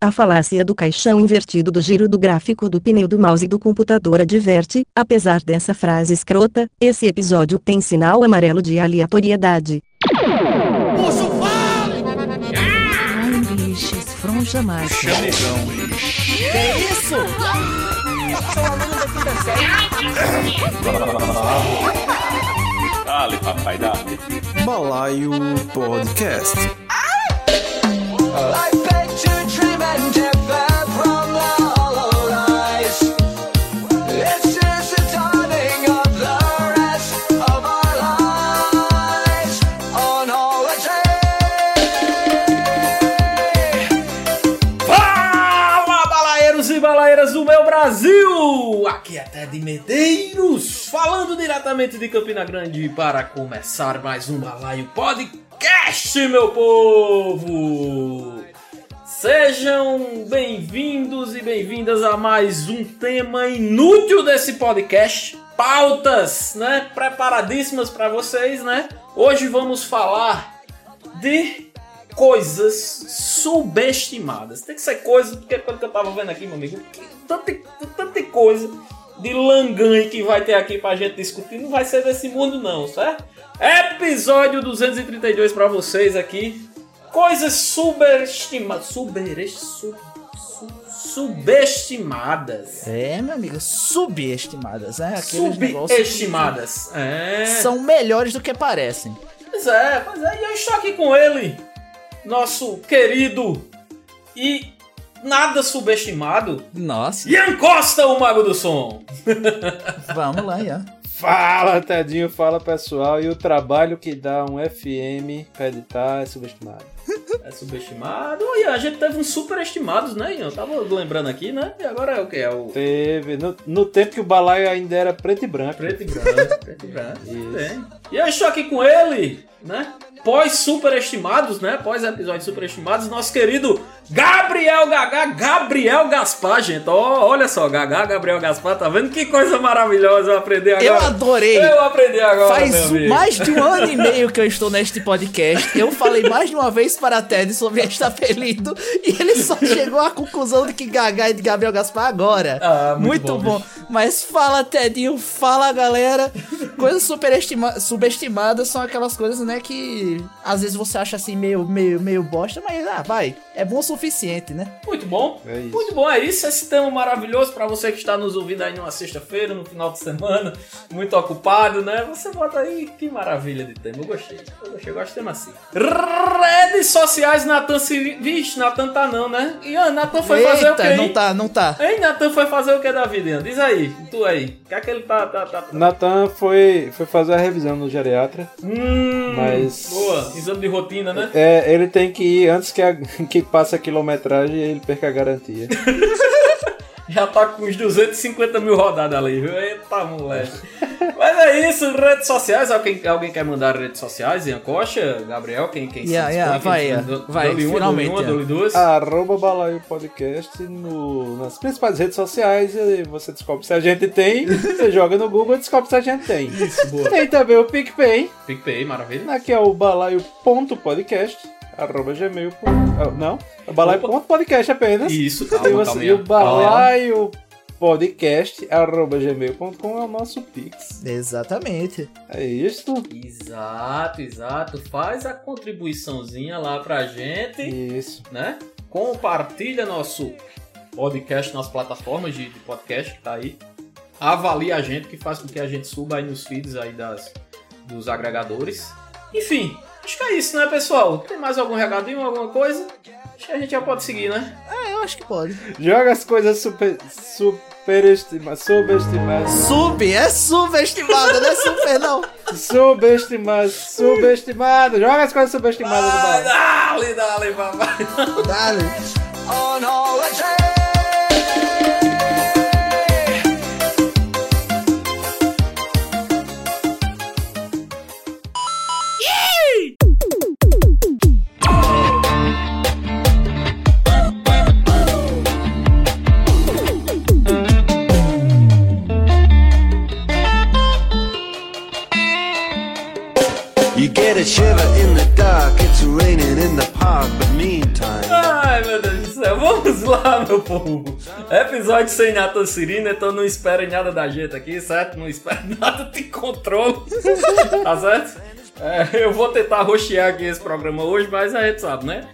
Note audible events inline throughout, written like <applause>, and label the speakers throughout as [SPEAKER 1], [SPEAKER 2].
[SPEAKER 1] A falácia do caixão invertido do giro do gráfico do pneu do mouse e do computador adverte, apesar dessa frase escrota, esse episódio tem sinal amarelo de aleatoriedade.
[SPEAKER 2] Puxa o fale!
[SPEAKER 3] Ai, bichos, fronja macho.
[SPEAKER 2] Que isso? São alunos da quinta série.
[SPEAKER 4] Dale, papai, dale.
[SPEAKER 5] Balaio Podcast.
[SPEAKER 2] I bet you dream and differ from all lies. It's just a dawning of the rest of our lives on holiday.
[SPEAKER 6] Fala, balaeiros e balaeiras do meu Brasil! Aqui é Ted Medeiros, falando diretamente de Campina Grande para começar mais um Balaio Podcast, meu povo! Sejam bem-vindos e bem-vindas a mais um tema inútil desse podcast. Pautas, né? Preparadíssimas para vocês, né? Hoje vamos falar de coisas subestimadas. Tem que ser coisa, porque quando eu tava vendo aqui, meu amigo, que tanta, tanta coisa de langanhe que vai ter aqui pra gente discutir, não vai ser desse mundo não, certo? Episódio 232 pra vocês aqui. Coisas superestimadas. Super, sub, sub, subestimadas.
[SPEAKER 7] É, meu amigo, subestimadas, né? Aqueles negócios
[SPEAKER 6] Subestimadas. É.
[SPEAKER 7] que são melhores do que parecem.
[SPEAKER 6] Pois é, pois é, e eu estou aqui com ele, nosso querido e nada subestimado,
[SPEAKER 7] Nossa,
[SPEAKER 6] Ian Costa, o Mago do Som.
[SPEAKER 7] vamos lá, Ian.
[SPEAKER 5] Fala, Tadinho, fala pessoal. E o trabalho que dá um FM pra editar é subestimado.
[SPEAKER 6] É subestimado? Ô, Ian, a gente teve uns superestimados, né, Ian? Eu tava lembrando aqui, né? E agora é o que? É o
[SPEAKER 5] Teve. No, no tempo que o balaio ainda era preto e branco.
[SPEAKER 6] preto e branco, preto e branco. tá
[SPEAKER 5] Isso.
[SPEAKER 6] Bem. E eu estou aqui com ele, né? Pós-superestimados, né? Pós-episódios superestimados, nosso querido Gabriel Gagá, Gabriel Gaspar, gente. Ó, olha só, Gagá, Gabriel Gaspar, tá vendo que coisa maravilhosa eu aprendi agora?
[SPEAKER 7] Eu adorei.
[SPEAKER 6] Eu aprendi agora, meu
[SPEAKER 7] Faz
[SPEAKER 6] amigo.
[SPEAKER 7] mais de um ano e meio que eu estou neste podcast. Eu falei mais de uma vez para a Ted sobre este apelido e ele só chegou à conclusão de que Gagá é de Gabriel Gaspar agora.
[SPEAKER 6] Ah, muito bom,
[SPEAKER 7] Mas fala, Tedinho, fala, galera. Coisas superestima- subestimadas são aquelas coisas, né, que às vezes você acha assim meio, meio, meio bosta, mas ah, vai. É bom o suficiente, né?
[SPEAKER 6] Muito bom.
[SPEAKER 5] É isso.
[SPEAKER 6] Muito bom, é isso. Esse tema maravilhoso pra você que está nos ouvindo aí numa sexta-feira, no final de semana, muito ocupado, né? Você bota aí, que maravilha de tema. Eu gostei. Eu gostei, eu gosto de tema assim. Redes sociais, Natan se. Vixe, Natan tá não, né? E ah, Natan foi fazer o quê? hein?
[SPEAKER 7] não tá, não tá.
[SPEAKER 6] Hein, Natan foi fazer o que da vida? Ian? Diz aí, tu aí. O que é que ele tá. tá, tá...
[SPEAKER 5] Natan foi, foi fazer a revisão no geriatra.
[SPEAKER 6] Hum,
[SPEAKER 5] Mas-
[SPEAKER 6] Boa, exame de rotina, né?
[SPEAKER 5] É, ele tem que ir antes que, a- <laughs> que passe a quilometragem e ele perca a
[SPEAKER 6] <laughs>
[SPEAKER 5] garantia.
[SPEAKER 6] Já tá com uns 250 mil rodadas ali, viu? Eita, moleque. Mas é isso, redes sociais. Alguém, alguém quer mandar redes sociais? Ian Coxa, Gabriel, quem, quem
[SPEAKER 7] Yeah,
[SPEAKER 6] se dispõe,
[SPEAKER 7] yeah,
[SPEAKER 6] quem
[SPEAKER 7] vai,
[SPEAKER 6] se-
[SPEAKER 7] Ian.
[SPEAKER 6] do-
[SPEAKER 7] Vai,
[SPEAKER 6] dole uma,
[SPEAKER 7] finalmente,
[SPEAKER 6] dole uma,
[SPEAKER 7] Ian.
[SPEAKER 6] dole duas.
[SPEAKER 5] Ah. Arroba Balaio Podcast no- nas principais redes sociais e você descobre se a gente
[SPEAKER 6] <laughs>
[SPEAKER 5] tem. Você joga no Google e descobre se a gente tem.
[SPEAKER 6] Isso, boa.
[SPEAKER 5] Tem também o PicPay,
[SPEAKER 6] PicPay, maravilha.
[SPEAKER 5] né, que é o balaio.podcast, arroba gmail. ah, Não, é balaio.podcast apenas.
[SPEAKER 6] Isso,
[SPEAKER 5] e,
[SPEAKER 6] calma,
[SPEAKER 5] você-
[SPEAKER 6] calma,
[SPEAKER 5] e o
[SPEAKER 6] Ian. Calma.
[SPEAKER 5] balaio podcast arroba gmail.com é o nosso pix.
[SPEAKER 7] Exatamente.
[SPEAKER 5] É isto?
[SPEAKER 6] Exato, exato. Faz a contribuiçãozinha lá pra gente,
[SPEAKER 5] Isso.
[SPEAKER 6] né? Compartilha nosso podcast nas plataformas de, de podcast que tá aí. Avalia a gente, que faz com que a gente suba aí nos feeds aí das, dos agregadores. Enfim, acho que é isso, né, pessoal? Tem mais algum recadinho, alguma coisa? Acho que a gente já pode seguir, né?
[SPEAKER 7] Ah, eu acho que pode.
[SPEAKER 5] Joga as coisas super. superestimadas. Subestimadas.
[SPEAKER 7] Sub, é subestimado, não é super, não.
[SPEAKER 5] Subestimadas. Subestimadas. Joga as coisas subestimadas do balaio.
[SPEAKER 6] dale, dale, papai.
[SPEAKER 7] Dale. Oh,
[SPEAKER 2] On
[SPEAKER 7] é
[SPEAKER 2] holiday.
[SPEAKER 8] You get a shiver in the dark, it's raining in the park, but meantime.
[SPEAKER 6] Ai, meu Deus do céu. Vou Vamos lá, meu povo. Episódio sem Nathan Cirino, então não espere nada da gente aqui, certo? Não espere <laughs> nada de controle. <laughs> tá certo? É, eu vou tentar roxear aqui esse programa hoje, mas a gente sabe, né?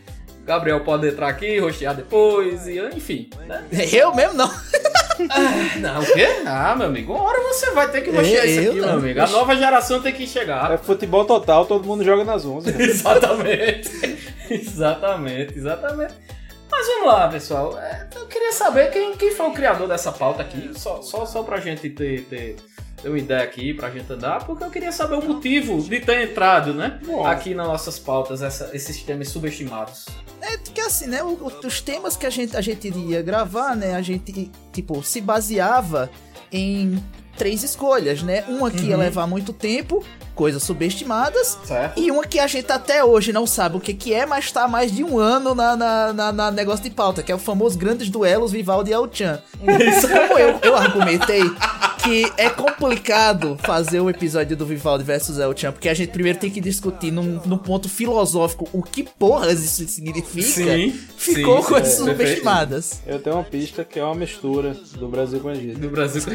[SPEAKER 6] Gabriel pode entrar aqui, roxear depois, e enfim. Né?
[SPEAKER 7] É, Eu mesmo não.
[SPEAKER 6] Não, o quê? Ah, meu amigo, uma hora você vai ter que roxear
[SPEAKER 7] É, Eu-
[SPEAKER 6] isso aqui,
[SPEAKER 7] eu
[SPEAKER 6] meu
[SPEAKER 7] não.
[SPEAKER 6] amigo. A nova geração tem que chegar.
[SPEAKER 5] É futebol total, todo mundo joga nas 11.
[SPEAKER 6] <laughs> Exatamente. exatamente, exatamente. Mas vamos lá, pessoal. É, Eu queria saber quem, quem foi o criador dessa pauta aqui. Só, só, só pra gente ter, ter, ter uma ideia aqui, pra gente andar, porque eu queria saber o motivo de ter entrado, né?
[SPEAKER 5] Bom.
[SPEAKER 6] Aqui nas nossas pautas, essa- esses temas subestimados.
[SPEAKER 7] É porque assim, né? o- o- Os temas que a gente, a gente iria gravar, né? A gente, tipo, se baseava em três escolhas, né? Uma que ia levar muito tempo, coisas subestimadas.
[SPEAKER 6] Certo?
[SPEAKER 7] E uma que a gente até hoje não sabe o que, que é, mas tá há mais de um ano na, na, na- na negócio de pauta, que é o famoso Grandes Duelos Vivaldi e Alchan. Como eu, eu argumentei que é complicado fazer o episódio do Vivaldi versus Elchan, porque a gente primeiro tem que discutir num, num ponto filosófico o que porras isso significa. Ficou
[SPEAKER 6] sim,
[SPEAKER 7] coisas
[SPEAKER 6] sim,
[SPEAKER 7] subestimadas.
[SPEAKER 5] Eu tenho uma pista que é uma mistura do Brasil com a Egito.
[SPEAKER 6] No Brasil com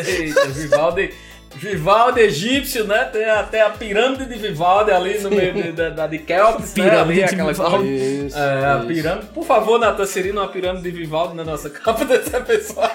[SPEAKER 6] Eita, Vivaldi. Vivaldi egípcio, né? Tem até a pirâmide de Vivaldi ali no meio de, da, da- de Kelps, né?
[SPEAKER 7] Pirâmide
[SPEAKER 6] Ali,
[SPEAKER 7] de
[SPEAKER 6] aquela
[SPEAKER 7] Vivaldi.
[SPEAKER 6] coisa.
[SPEAKER 5] Isso,
[SPEAKER 6] É, a
[SPEAKER 5] isso.
[SPEAKER 6] pirâmide. Por favor, Nathan, serina uma pirâmide de Vivaldi na nossa <laughs> capa dessa pessoa.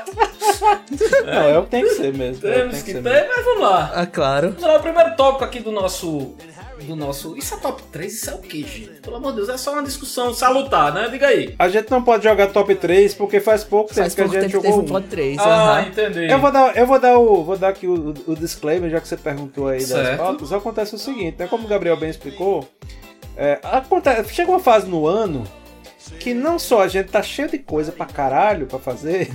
[SPEAKER 5] Não, é o que tem que ser mesmo. é o
[SPEAKER 6] Temos que
[SPEAKER 5] ser
[SPEAKER 6] ter,
[SPEAKER 5] mesmo.
[SPEAKER 6] mas vamos lá.
[SPEAKER 7] Ah, claro.
[SPEAKER 6] Vamos lá, o primeiro tópico aqui do nosso. Do nosso. Isso é top 3? Isso é o que, gente? Pelo amor de Deus, é só uma discussão salutar, né? Diga aí.
[SPEAKER 5] A gente não pode jogar top 3 porque faz pouco tempo
[SPEAKER 7] Faz
[SPEAKER 5] que a
[SPEAKER 7] pouco
[SPEAKER 5] gente
[SPEAKER 7] tempo que teve
[SPEAKER 5] jogou
[SPEAKER 7] um
[SPEAKER 5] um.
[SPEAKER 7] pod 3.
[SPEAKER 6] Ah, entendi.
[SPEAKER 5] Eu vou dar, eu vou dar o, vou dar aqui o, o disclaimer, já que você perguntou aí das
[SPEAKER 6] Certo.
[SPEAKER 5] pautas. Acontece o seguinte, né? Como o Gabriel bem explicou, é, acontece, chega uma fase no ano que não só a gente tá cheio de coisa pra caralho pra
[SPEAKER 6] <laughs>
[SPEAKER 5] fazer,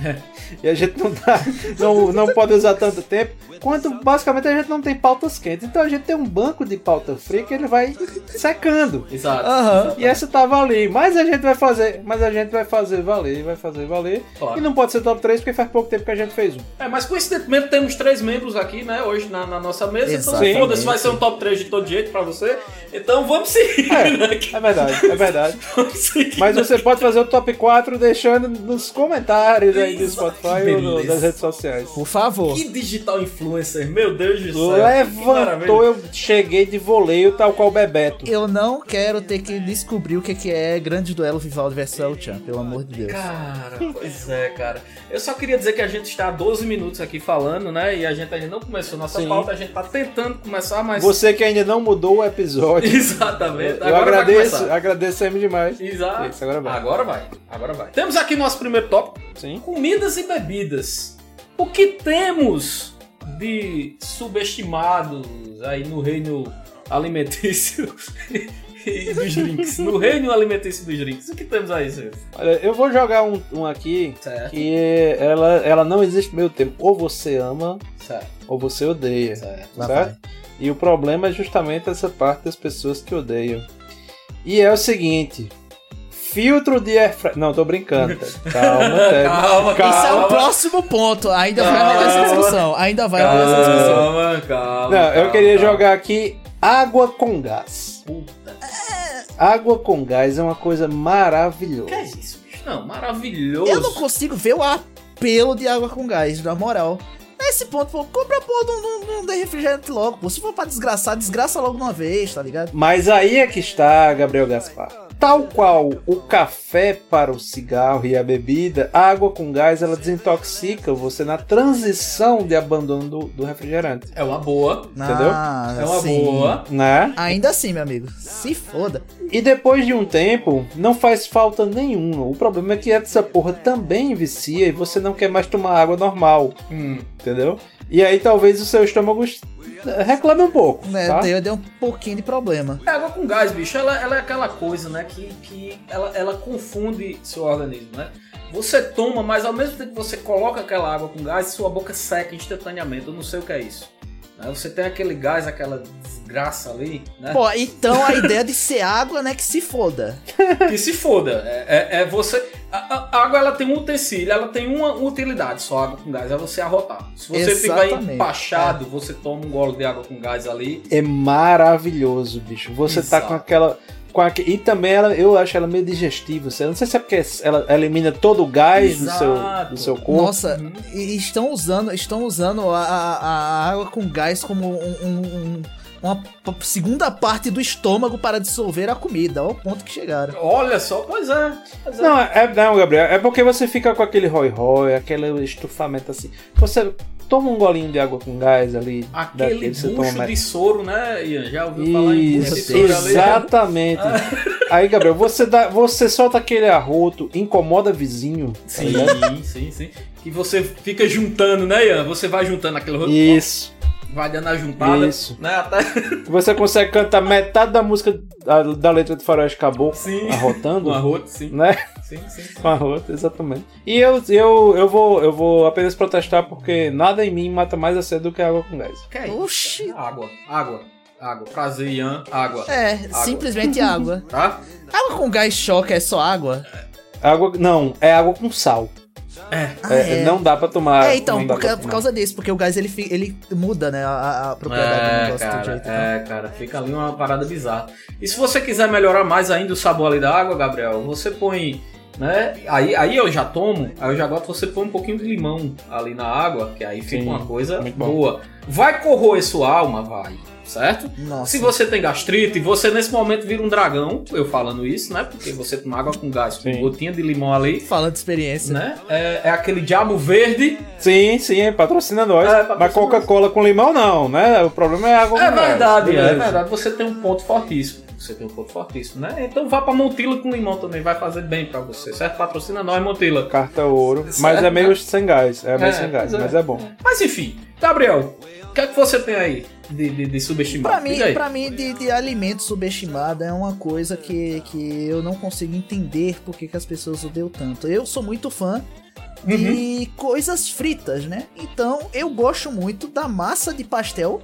[SPEAKER 5] e a gente não, tá, não, não pode usar tanto tempo, quanto basicamente a gente não tem pautas quentes. Então a gente tem um banco de pauta fria que ele vai secando.
[SPEAKER 6] Exato.
[SPEAKER 7] Aham.
[SPEAKER 5] E essa tava ali, mas a gente vai fazer, mas a gente vai fazer valer, vai fazer valer.
[SPEAKER 6] Claro.
[SPEAKER 5] E não pode ser top 3 porque faz pouco tempo que a gente fez um.
[SPEAKER 6] É, mas coincidentemente temos três membros aqui, né, hoje na, na nossa mesa.
[SPEAKER 7] Exatamente.
[SPEAKER 6] Então, foda-se, vai ser um top 3 de todo jeito pra você. Então vamos seguir, né? que-
[SPEAKER 5] É verdade, é verdade.
[SPEAKER 6] Vamos seguir.
[SPEAKER 5] Mas você pode fazer o top 4 deixando nos comentários aí do
[SPEAKER 6] Isso,
[SPEAKER 5] Spotify
[SPEAKER 6] que
[SPEAKER 5] ou no-
[SPEAKER 6] beleza.
[SPEAKER 5] das redes sociais.
[SPEAKER 7] Por favor.
[SPEAKER 6] Que digital influencer, meu Deus do céu. que
[SPEAKER 5] Levantou,
[SPEAKER 6] maravilha.
[SPEAKER 5] eu cheguei de voleio, tal qual o Bebeto.
[SPEAKER 7] Eu não quero ter que descobrir o que, que é Grande Duelo Vivaldi versus Elchan, pelo amor de Deus.
[SPEAKER 6] Cara, pois é, cara. Eu só queria dizer que a gente está há 12 minutos aqui falando, né? E a gente ainda não começou nossa
[SPEAKER 5] Sim.
[SPEAKER 6] pauta, a gente tá tentando começar, mas.
[SPEAKER 5] Você que ainda não mudou o
[SPEAKER 6] <laughs>
[SPEAKER 5] episódio,
[SPEAKER 6] Exatamente.
[SPEAKER 5] eu
[SPEAKER 6] Agora vai
[SPEAKER 5] agradeço,
[SPEAKER 6] começar.
[SPEAKER 5] agradecemos demais.
[SPEAKER 6] Exato.
[SPEAKER 5] Isso, agora vai.
[SPEAKER 6] Agora vai. Agora vai. Temos aqui nosso primeiro tópico.
[SPEAKER 5] Sim.
[SPEAKER 6] Comidas e bebidas. O que temos de subestimados aí no reino alimentício <laughs> e dos drinks? No reino alimentício dos drinks. O que temos aí, Zé?
[SPEAKER 5] Olha, eu vou jogar um, um aqui
[SPEAKER 6] Certo,
[SPEAKER 5] que ela, ela não existe no meu tempo. Ou você ama
[SPEAKER 6] certo,
[SPEAKER 5] ou você odeia.
[SPEAKER 6] certo.
[SPEAKER 7] Lá
[SPEAKER 5] Certo? E o problema é justamente essa parte das pessoas que odeiam. E é o seguinte: filtro de airfryer. Não, tô
[SPEAKER 6] <laughs>
[SPEAKER 5] brincando. tá? Calma, Ted.
[SPEAKER 6] Calma,
[SPEAKER 7] Esse é
[SPEAKER 6] calma,
[SPEAKER 7] o próximo ponto. Ainda vai
[SPEAKER 6] Calma.
[SPEAKER 7] rolar essa discussão. Ainda vai rolar essa discussão.
[SPEAKER 6] Calma, calma.
[SPEAKER 5] Não, eu
[SPEAKER 6] calma,
[SPEAKER 5] queria
[SPEAKER 6] calma.
[SPEAKER 5] jogar aqui água com gás.
[SPEAKER 6] Puta,
[SPEAKER 5] Água com gás é uma coisa
[SPEAKER 6] que é
[SPEAKER 5] maravilhosa.
[SPEAKER 6] isso, bicho? Não, maravilhoso.
[SPEAKER 7] Eu não consigo ver o apelo de água com gás, na moral. Nesse ponto, pô, compra a porra de um- de um- de um de refrigerante logo, pô. Se for pra desgraçar, desgraça logo de uma vez, tá ligado?
[SPEAKER 5] Mas aí é que está, Gabriel Gaspar. Tal qual o café para o cigarro e a bebida, a água com gás ela desintoxica você na transição de abandono do, do refrigerante,
[SPEAKER 6] É uma boa.
[SPEAKER 5] Entendeu?
[SPEAKER 7] Ah,
[SPEAKER 6] É uma
[SPEAKER 7] sim.
[SPEAKER 6] boa.
[SPEAKER 5] né?
[SPEAKER 7] Ainda assim, meu amigo. Se foda.
[SPEAKER 5] E depois de um tempo, não faz falta nenhuma. O problema é que essa porra também vicia e você não quer mais tomar água normal,
[SPEAKER 6] Hum.
[SPEAKER 5] entendeu? E aí talvez o seu estômago est- reclame um pouco,
[SPEAKER 7] Né?
[SPEAKER 5] tá?
[SPEAKER 7] Deu, deu um pouquinho de problema.
[SPEAKER 6] A É água com gás, bicho, ela, ela é aquela coisa, né, que, que ela, ela confunde seu organismo, né? Você toma, mas ao mesmo tempo que você coloca aquela água com gás, sua boca seca instantaneamente. Eu não sei o que é isso. Né? Você tem aquele gás, aquela desgraça ali, né?
[SPEAKER 7] Pô, então a ideia de ser água, né? Que se foda.
[SPEAKER 6] Que se foda. É, é- é você. A, a água ela tem um utensílio, ela tem uma utilidade só, a água com gás, é você arrotar. Se você
[SPEAKER 7] Exatamente.
[SPEAKER 6] tiver empachado, você toma um gole de água com gás ali.
[SPEAKER 5] É maravilhoso, bicho. Você tá
[SPEAKER 6] Exato.
[SPEAKER 5] com aquela com aque- E também ela, eu acho ela meio digestiva. Assim. Eu Não sei se é porque ela elimina todo o gás do seu,
[SPEAKER 6] Exato.
[SPEAKER 5] do seu corpo.
[SPEAKER 7] Nossa, e- e estão usando, estão usando a, a- a água com gás como um- um- um- uma p- segunda parte do estômago para dissolver a comida. Olha o ponto que chegaram.
[SPEAKER 6] Olha só, pois é. Pois é.
[SPEAKER 5] Não, é, não, Gabriel, é porque você fica com aquele rói-rói, aquele estufamento assim. Você toma um golinho de água com gás ali.
[SPEAKER 6] Aquele
[SPEAKER 5] daquele, você
[SPEAKER 6] bucho
[SPEAKER 5] toma-
[SPEAKER 6] de soro, né, Ian? Já ouviu falar em bucho de
[SPEAKER 5] Isso,
[SPEAKER 6] soro ali?
[SPEAKER 5] exatamente.
[SPEAKER 6] Ah.
[SPEAKER 5] Aí, Gabriel, você, dá, você solta aquele arroto, incomoda vizinho. tá
[SPEAKER 6] Sim, sim, sim. Que você fica juntando, né, Ian? Você vai juntando aquele rosto,
[SPEAKER 5] Isso,
[SPEAKER 6] vai dando a juntada.
[SPEAKER 5] Isso.
[SPEAKER 6] Né, até... <laughs>
[SPEAKER 5] Você consegue cantar metade da música da, da letra do Faroeste Caboclo
[SPEAKER 6] Sim.
[SPEAKER 5] arrotando,
[SPEAKER 6] Um arroto, sim.
[SPEAKER 5] né?
[SPEAKER 6] Sim, sim, sim.
[SPEAKER 5] Com arroto, exatamente. E eu, eu, eu, vou, eu vou apenas protestar porque nada em mim mata mais a sede do que água com gás.
[SPEAKER 6] Que é isso?
[SPEAKER 7] Oxi.
[SPEAKER 6] Água, água, água. Prazer, Ian, água.
[SPEAKER 7] É, simplesmente
[SPEAKER 6] <laughs>
[SPEAKER 7] água.
[SPEAKER 6] Tá?
[SPEAKER 7] Água com gás choca é só água?
[SPEAKER 5] Água, não, é água com sal.
[SPEAKER 6] É.
[SPEAKER 7] Ah,
[SPEAKER 5] É,
[SPEAKER 7] é.
[SPEAKER 5] Não dá pra tomar.
[SPEAKER 7] É, então,
[SPEAKER 5] não dá
[SPEAKER 7] por,
[SPEAKER 5] pra
[SPEAKER 7] ca- por
[SPEAKER 5] tomar.
[SPEAKER 7] causa disso, porque o gás ele, fi- ele muda, né? A, a propriedade do
[SPEAKER 6] É,
[SPEAKER 7] negócio do
[SPEAKER 6] cara,
[SPEAKER 7] jeito.
[SPEAKER 6] é, cara, fica ali uma parada bizarra. E se você quiser melhorar mais ainda o sabor ali da água, Gabriel, você põe, né? Aí, aí eu já tomo, aí eu já gosto, você põe um pouquinho de limão ali na água, que aí fica
[SPEAKER 5] Sim,
[SPEAKER 6] uma coisa
[SPEAKER 5] muito bom.
[SPEAKER 6] boa. Vai corroer sua alma, vai, certo?
[SPEAKER 7] Nossa.
[SPEAKER 6] Se você tem gastrite, você nesse momento vira um dragão, eu falando isso, né? Porque você toma água com gás, com
[SPEAKER 5] Sim.
[SPEAKER 6] gotinha de limão ali,
[SPEAKER 7] Falando de experiência.
[SPEAKER 6] né? É, é aquele diabo verde.
[SPEAKER 5] Sim, sim, é, patrocina nós.
[SPEAKER 6] É, patrocina
[SPEAKER 5] mas Coca-Cola com limão não, né? O problema é água
[SPEAKER 6] É
[SPEAKER 5] com gás.
[SPEAKER 6] verdade, é
[SPEAKER 5] Beleza.
[SPEAKER 6] verdade. Você tem um ponto fortíssimo. Você tem um ponto fortíssimo, né? Então vá pra Montila com limão também, vai fazer bem pra você, certo? Patrocina nós, Montila.
[SPEAKER 5] Carta ouro. Mas
[SPEAKER 6] Certo.
[SPEAKER 5] é meio sem gás. É meio
[SPEAKER 6] É,
[SPEAKER 5] sem gás,
[SPEAKER 6] pois é.
[SPEAKER 5] mas é bom.
[SPEAKER 6] Mas enfim, Gabriel, o que é que você tem aí de, de, de subestimado?
[SPEAKER 7] Pra
[SPEAKER 6] Diga
[SPEAKER 7] mim,
[SPEAKER 6] aí.
[SPEAKER 7] pra mim de, de alimento subestimado é uma coisa que, que eu não consigo entender porque que as pessoas odeiam tanto. Eu sou muito fã
[SPEAKER 6] Uhum.
[SPEAKER 7] de coisas fritas, né? Então eu gosto muito da massa de pastel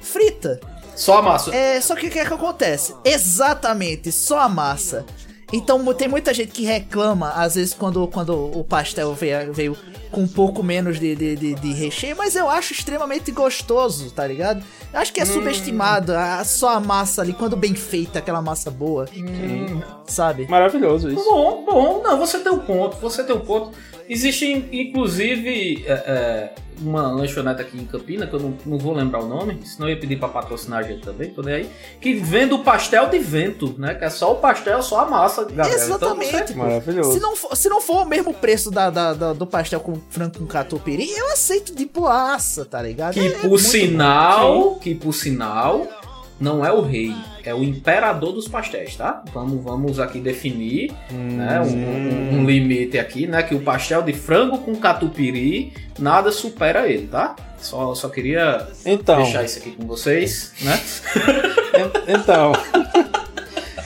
[SPEAKER 7] frita.
[SPEAKER 6] Só a massa.
[SPEAKER 7] É, só que o que é que acontece? Exatamente, só a massa. Então mu- tem muita gente que reclama, às vezes, quando, quando o pastel veio, veio com um pouco menos de, de, de- de recheio, mas eu acho extremamente gostoso, tá ligado? Eu
[SPEAKER 6] Hum.
[SPEAKER 7] acho que é subestimado a, só a massa ali, quando bem feita, aquela massa boa,
[SPEAKER 6] Hum,
[SPEAKER 7] sabe?
[SPEAKER 5] Maravilhoso isso.
[SPEAKER 6] Bom, bom, não, você tem um ponto, você tem um ponto. Existe, in- inclusive, é, é, uma lanchonete aqui em Campina, que eu não, não vou lembrar o nome, senão eu ia pedir pra patrocinar a gente também, tô nem aí, que vende o pastel de vento, né? Que é só o pastel, só a massa, galera.
[SPEAKER 7] Exatamente.
[SPEAKER 6] Então,
[SPEAKER 5] Maravilhoso.
[SPEAKER 7] Se não, for, se não for o mesmo preço da, da- da- do pastel com frango com catupiry, eu aceito de boaça, tá ligado?
[SPEAKER 6] você-
[SPEAKER 7] É- é
[SPEAKER 6] que por
[SPEAKER 7] muito
[SPEAKER 6] sinal, que por sinal, não é o rei, é o imperador dos pastéis, tá? Vamos, vamos aqui definir
[SPEAKER 5] Hum.
[SPEAKER 6] né, um, um- um limite aqui, né? Que o pastel de frango com catupiry nada supera ele, tá? Só, só queria
[SPEAKER 5] Então,
[SPEAKER 6] deixar isso aqui com vocês, né?
[SPEAKER 5] en- então.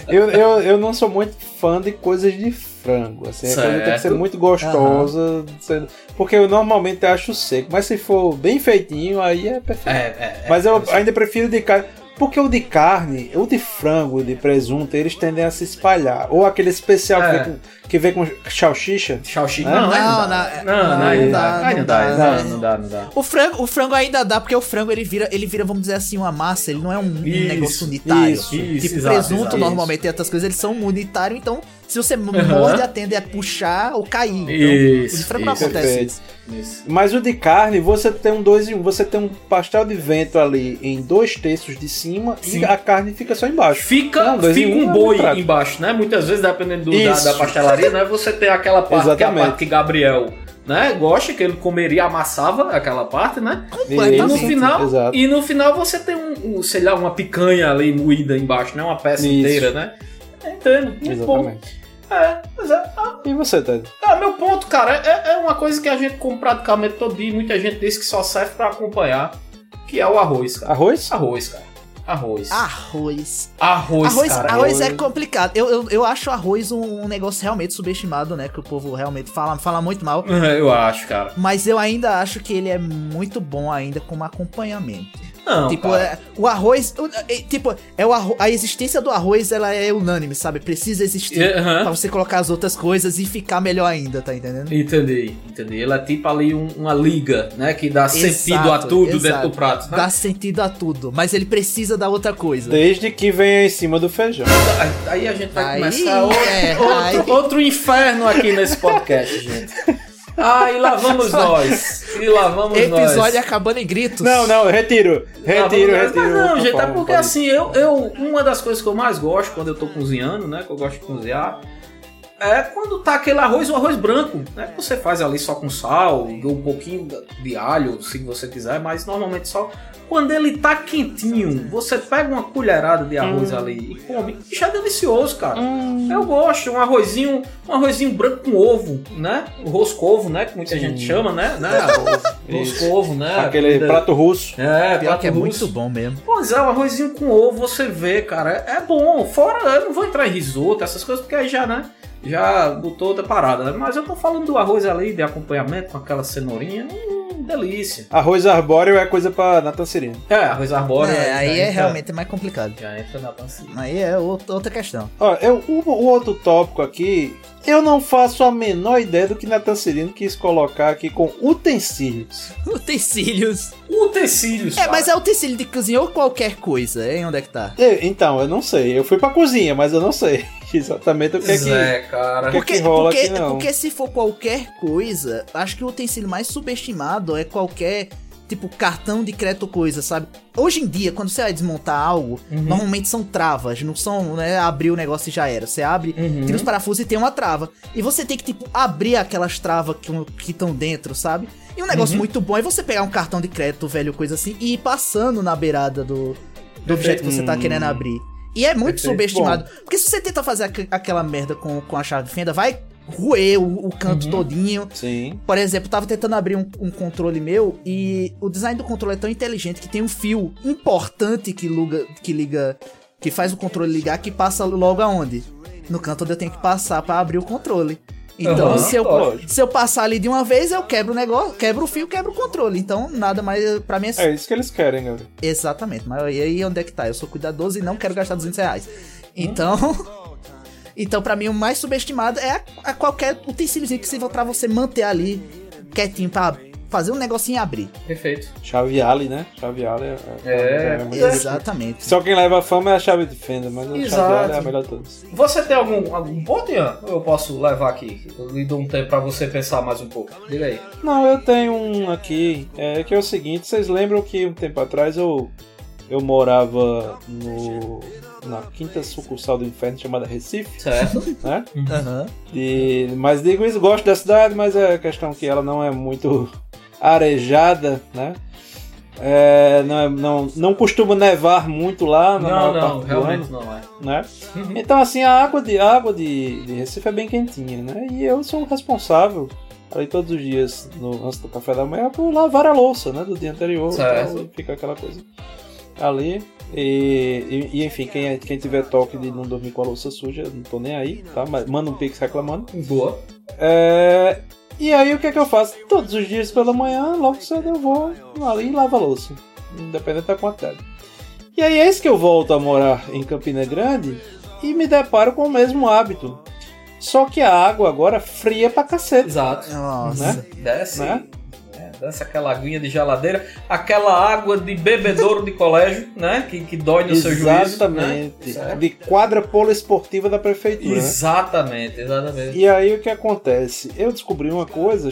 [SPEAKER 5] eu, eu, eu não sou muito fã de coisas de frango. Assim, a coisa tem que ser
[SPEAKER 6] Certo.
[SPEAKER 5] muito gostosa. sendo- Porque eu normalmente acho seco. Mas se for bem feitinho, aí é perfeito.
[SPEAKER 6] É, é, é.
[SPEAKER 5] Mas eu ainda prefiro de carne. Porque o de carne, o de frango, o de presunto, eles tendem a se espalhar. Ou aquele especial
[SPEAKER 6] É.
[SPEAKER 5] que, vem com, que vem com salsicha.
[SPEAKER 6] Chauchi-
[SPEAKER 5] Não,
[SPEAKER 6] Não, né?
[SPEAKER 7] não,
[SPEAKER 6] não, dá.
[SPEAKER 7] não,
[SPEAKER 6] não,
[SPEAKER 7] não,
[SPEAKER 6] não dá.
[SPEAKER 7] não dá,
[SPEAKER 6] Ai, não
[SPEAKER 7] não
[SPEAKER 6] dá, não
[SPEAKER 7] dá,
[SPEAKER 6] dá,
[SPEAKER 7] né?
[SPEAKER 6] não dá, não dá.
[SPEAKER 7] O frango, o frango ainda dá, porque o frango ele vira, ele vira, vamos dizer assim, uma massa, ele não é um, um
[SPEAKER 6] Isso,
[SPEAKER 7] negócio unitário.
[SPEAKER 6] isso, isso,
[SPEAKER 7] tipo,
[SPEAKER 6] exato,
[SPEAKER 7] presunto
[SPEAKER 6] exato.
[SPEAKER 7] normalmente e outras coisas, eles são unitários, então se você
[SPEAKER 6] Aham.
[SPEAKER 7] morde, a tenda é puxar ou cair. Então,
[SPEAKER 6] Isso,
[SPEAKER 7] o de frango não
[SPEAKER 6] isso,
[SPEAKER 7] acontece
[SPEAKER 5] perfeito.
[SPEAKER 7] isso.
[SPEAKER 6] Isso.
[SPEAKER 5] Mas o de carne, você tem um dois em um. Você tem um pastel de vento ali em dois terços de cima
[SPEAKER 6] Sim.
[SPEAKER 5] e a carne fica só embaixo.
[SPEAKER 6] Fica,
[SPEAKER 5] Não, dois
[SPEAKER 6] fica
[SPEAKER 5] em um
[SPEAKER 6] um
[SPEAKER 5] é
[SPEAKER 6] boi
[SPEAKER 5] um prato.
[SPEAKER 6] embaixo, né? Muitas vezes, dependendo do- da,
[SPEAKER 5] Isso.
[SPEAKER 6] da pastelaria, né? Você tem aquela parte que é a
[SPEAKER 5] Exatamente.
[SPEAKER 6] parte que Gabriel né? gosta, que ele comeria, amassava aquela parte, né? E no
[SPEAKER 7] Completamente.
[SPEAKER 6] final,
[SPEAKER 5] Exato.
[SPEAKER 6] e no final você tem um, um, sei lá, uma picanha ali moída embaixo, né? Uma peça
[SPEAKER 5] Isso.
[SPEAKER 6] inteira, né? Entendo. Muito bom.
[SPEAKER 5] Exatamente.
[SPEAKER 6] É, pois é. Ah,
[SPEAKER 5] E você, Ted?
[SPEAKER 6] ah, meu ponto, cara, é, é uma coisa que a gente come praticamente todo dia e muita gente diz que só serve pra acompanhar, que é o arroz, cara.
[SPEAKER 5] Arroz?
[SPEAKER 6] Arroz, cara. Arroz.
[SPEAKER 7] Arroz.
[SPEAKER 6] Arroz,
[SPEAKER 7] Ah, Arroz,
[SPEAKER 6] cara.
[SPEAKER 7] arroz é
[SPEAKER 5] arroz.
[SPEAKER 7] complicado. Eu, eu, eu acho arroz um, um negócio realmente subestimado, né? Que o povo realmente fala, fala muito mal.
[SPEAKER 6] <laughs> Eu acho, cara.
[SPEAKER 7] Mas eu ainda acho que ele é muito bom ainda como acompanhamento.
[SPEAKER 6] Não,
[SPEAKER 7] tipo,
[SPEAKER 6] cara.
[SPEAKER 7] é, o arroz. o- é, tipo, é o arro- a existência do arroz ela é unânime, sabe? Precisa existir.
[SPEAKER 6] É, aham.
[SPEAKER 7] Pra você colocar as outras coisas e ficar melhor ainda, tá entendendo?
[SPEAKER 6] Entendi, entendi. Ele é tipo ali um- uma liga, né? Que dá sentido a
[SPEAKER 7] Exato,
[SPEAKER 6] tudo
[SPEAKER 7] exato.
[SPEAKER 6] dentro do prato. Né?
[SPEAKER 7] Dá sentido a tudo, mas ele precisa da outra coisa.
[SPEAKER 5] Desde que venha em cima do feijão.
[SPEAKER 6] Aí a gente vai
[SPEAKER 7] Aí,
[SPEAKER 6] começar outro,
[SPEAKER 7] é,
[SPEAKER 6] outro-
[SPEAKER 7] aí.
[SPEAKER 6] outro inferno aqui nesse podcast, gente. Ah, e lá
[SPEAKER 7] <laughs>
[SPEAKER 6] vamos nós. E lá vamos nós.
[SPEAKER 7] Episódio acabando em gritos.
[SPEAKER 5] Não, não, retiro.
[SPEAKER 6] Lá vamos
[SPEAKER 5] Retiro,
[SPEAKER 6] nós.
[SPEAKER 5] retiro. Tá
[SPEAKER 6] Mas não, gente, é
[SPEAKER 5] concordo,
[SPEAKER 6] porque
[SPEAKER 5] concordo.
[SPEAKER 6] assim, eu, eu. Uma das coisas que eu mais gosto quando eu tô cozinhando, né? Que eu gosto de cozinhar. É quando tá aquele arroz, o arroz branco, né? Que você faz ali só com sal, e um pouquinho de alho, se você quiser, mas normalmente só. Quando ele tá quentinho, você pega uma colherada de arroz ali e come. Isso é delicioso, cara. Eu gosto, um arrozinho, um arrozinho branco com ovo, né? O roscovo, né? Que muita gente chama,
[SPEAKER 5] <laughs>
[SPEAKER 6] né? né?
[SPEAKER 5] Isso.
[SPEAKER 6] Roscovo, né?
[SPEAKER 5] Aquele
[SPEAKER 6] Comida-
[SPEAKER 5] prato russo.
[SPEAKER 6] É,
[SPEAKER 7] Pior
[SPEAKER 6] prato
[SPEAKER 7] que é
[SPEAKER 6] russo.
[SPEAKER 7] muito bom mesmo.
[SPEAKER 6] Pois é, um arrozinho com ovo você vê, cara, é bom. Fora, eu não vou entrar em risoto, essas coisas, porque aí já, né? Já botou outra parada. né? Mas eu tô falando do arroz ali de acompanhamento com aquela cenourinha. Hum, delícia.
[SPEAKER 5] Arroz arbóreo é coisa pra Natan Cirino.
[SPEAKER 6] É, arroz arbóreo.
[SPEAKER 7] é,
[SPEAKER 6] já
[SPEAKER 7] aí é
[SPEAKER 6] entra-
[SPEAKER 7] realmente mais complicado.
[SPEAKER 6] Já entra na pancinha.
[SPEAKER 7] Aí é outra
[SPEAKER 5] <laughs>
[SPEAKER 7] outra questão.
[SPEAKER 5] Ó, eu, o, o outro tópico aqui, eu não faço a menor ideia do que Natan Cirino quis colocar aqui com utensílios.
[SPEAKER 7] Utensílios.
[SPEAKER 6] Utensílios.
[SPEAKER 7] É,
[SPEAKER 6] cara.
[SPEAKER 7] mas é utensílio de cozinha ou qualquer coisa, hein? Onde é que tá?
[SPEAKER 5] Eu- então, eu não sei. Eu fui pra cozinha, mas eu não sei <laughs> exatamente o que é
[SPEAKER 6] Pois
[SPEAKER 5] que.
[SPEAKER 6] é, cara.
[SPEAKER 5] que
[SPEAKER 7] Porque,
[SPEAKER 5] rola
[SPEAKER 7] porque,
[SPEAKER 5] aqui, não.
[SPEAKER 7] porque se for qualquer coisa, acho que o utensílio mais subestimado é qualquer, tipo, cartão de crédito ou coisa, sabe? Hoje em dia, quando você vai desmontar algo,
[SPEAKER 6] Uhum.
[SPEAKER 5] Hum?
[SPEAKER 7] normalmente são travas, não são, né, abrir o negócio e já era. Você abre,
[SPEAKER 6] Uhum.
[SPEAKER 7] tira os parafusos e tem uma trava. E você tem que, tipo, abrir aquelas travas que estão dentro, sabe? E um
[SPEAKER 6] Uhum.
[SPEAKER 7] negócio muito bom é você pegar um cartão de crédito, velho, coisa assim, e ir passando na beirada do, do objeto que você tá querendo abrir. E é muito
[SPEAKER 6] Perfeito.
[SPEAKER 7] subestimado. Porque se você tenta fazer aqu- aquela merda com, com a chave de fenda, vai roer o, o
[SPEAKER 6] Uhum.
[SPEAKER 7] canto todinho.
[SPEAKER 5] Sim.
[SPEAKER 7] Por exemplo, eu tava tentando abrir um, um controle meu e o design do controle é tão inteligente que tem um fio importante que, luga, que liga. que faz o controle ligar que passa logo aonde? No canto onde eu tenho que passar pra abrir o controle. Então,
[SPEAKER 6] Aham,
[SPEAKER 7] se, eu,
[SPEAKER 5] lógico.
[SPEAKER 7] se eu passar ali de uma vez, eu quebro o negócio, quebro o fio, quebro o controle. Então, nada mais. Pra mim é
[SPEAKER 5] É isso que eles querem, galera.
[SPEAKER 7] Exatamente, mas e aí onde é que tá? Eu sou cuidadoso e não quero gastar 200 reais. Então. <laughs> então, pra mim, o mais subestimado é a, a qualquer utensíliozinho que sirva pra você manter ali quietinho, pra fazer um negocinho e abrir.
[SPEAKER 6] Perfeito.
[SPEAKER 5] Chaviale, né? Chaviale é.
[SPEAKER 6] É,
[SPEAKER 5] muito-
[SPEAKER 7] Exatamente.
[SPEAKER 5] Só quem leva a fama é a chave de fenda, mas a
[SPEAKER 6] Exato.
[SPEAKER 5] chaveada é a melhor de todas.
[SPEAKER 6] Você tem algum, algum ponto, Ian? Ou Eu posso levar aqui. Eu lhe dou um tempo pra você pensar mais um pouco. Diga aí.
[SPEAKER 5] Não, eu tenho um aqui, é, que é o seguinte, vocês lembram que um tempo atrás eu, eu morava no, na quinta sucursal do inferno chamada Recife,
[SPEAKER 6] Certo?
[SPEAKER 5] né?
[SPEAKER 7] Aham.
[SPEAKER 5] E, mas digo isso, gosto da cidade, mas é questão que ela não é muito <laughs> arejada, né? É, não, é- não, não costuma nevar muito lá na
[SPEAKER 6] Não,
[SPEAKER 5] maior
[SPEAKER 6] não,
[SPEAKER 5] parte do ano
[SPEAKER 6] realmente não é.
[SPEAKER 5] né? Então, assim, a água de a água de, de Recife é bem quentinha, né? E eu sou o responsável, aí todos os dias, no, antes do café da manhã, por lavar a louça, né? Do dia anterior,
[SPEAKER 6] Certo.
[SPEAKER 5] então, fica aquela coisa ali. E, e- e, enfim, quem, é- quem tiver toque de não dormir com a louça suja, não tô nem aí, tá? Mas manda um pix reclamando.
[SPEAKER 6] Boa.
[SPEAKER 5] É, E aí, o que é que eu faço? Todos os dias pela manhã, logo cedo eu vou ali e lavo a louça, independente da quantidade. E aí, eis que eu volto a morar em Campina Grande e me deparo com o mesmo hábito. Só que a água agora fria pra cacete,
[SPEAKER 6] Exato.
[SPEAKER 7] Nossa.
[SPEAKER 5] né?
[SPEAKER 6] Desce.
[SPEAKER 5] Né?
[SPEAKER 6] É, desce aquela aguinha de geladeira, aquela água de bebedouro de colégio, né? Que, que dói no seu juízo. né?
[SPEAKER 5] Exatamente.
[SPEAKER 6] Certo?
[SPEAKER 5] De quadra poliesportiva da prefeitura. né?
[SPEAKER 6] Exatamente, exatamente.
[SPEAKER 5] E aí, o que acontece? Eu descobri uma coisa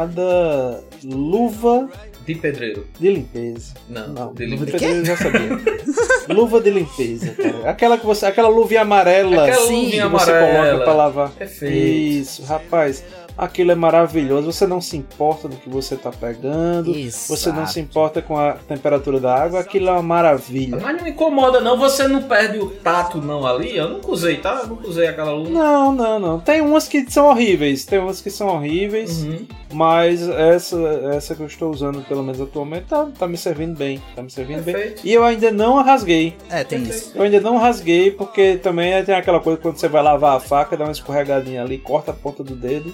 [SPEAKER 5] chamada luva
[SPEAKER 6] De pedreiro.
[SPEAKER 5] de limpeza.
[SPEAKER 6] Não,
[SPEAKER 5] Não,
[SPEAKER 6] de
[SPEAKER 5] luva de
[SPEAKER 6] livre.
[SPEAKER 5] pedreiro eu já sabia.
[SPEAKER 6] <laughs>
[SPEAKER 5] luva de limpeza, cara. Aquela que você, aquela luvinha amarela
[SPEAKER 6] Aquela
[SPEAKER 5] sim,
[SPEAKER 6] luvinha
[SPEAKER 5] que você
[SPEAKER 6] amarela.
[SPEAKER 5] coloca pra lavar.
[SPEAKER 6] Perfeito.
[SPEAKER 5] Isso, rapaz. Aquilo é maravilhoso. Você não se importa do que você tá pegando.
[SPEAKER 7] Isso.
[SPEAKER 5] Você não se importa com a temperatura da água. Aquilo é uma maravilha.
[SPEAKER 6] Mas não incomoda, não. Você não perde o tato, não, ali. Eu nunca usei, tá? Eu nunca usei aquela luz.
[SPEAKER 5] Não, não, não. Tem umas que são horríveis. Tem umas que são horríveis.
[SPEAKER 6] Uhum.
[SPEAKER 5] Mas essa, essa que eu estou usando, pelo menos atualmente, tá, tá me servindo bem. Tá me servindo
[SPEAKER 6] Perfeito.
[SPEAKER 5] bem. E eu ainda não a rasguei.
[SPEAKER 7] É, tem isso.
[SPEAKER 5] Eu ainda não rasguei, porque também tem aquela coisa quando você vai lavar a faca, dá uma escorregadinha ali, corta a ponta do dedo.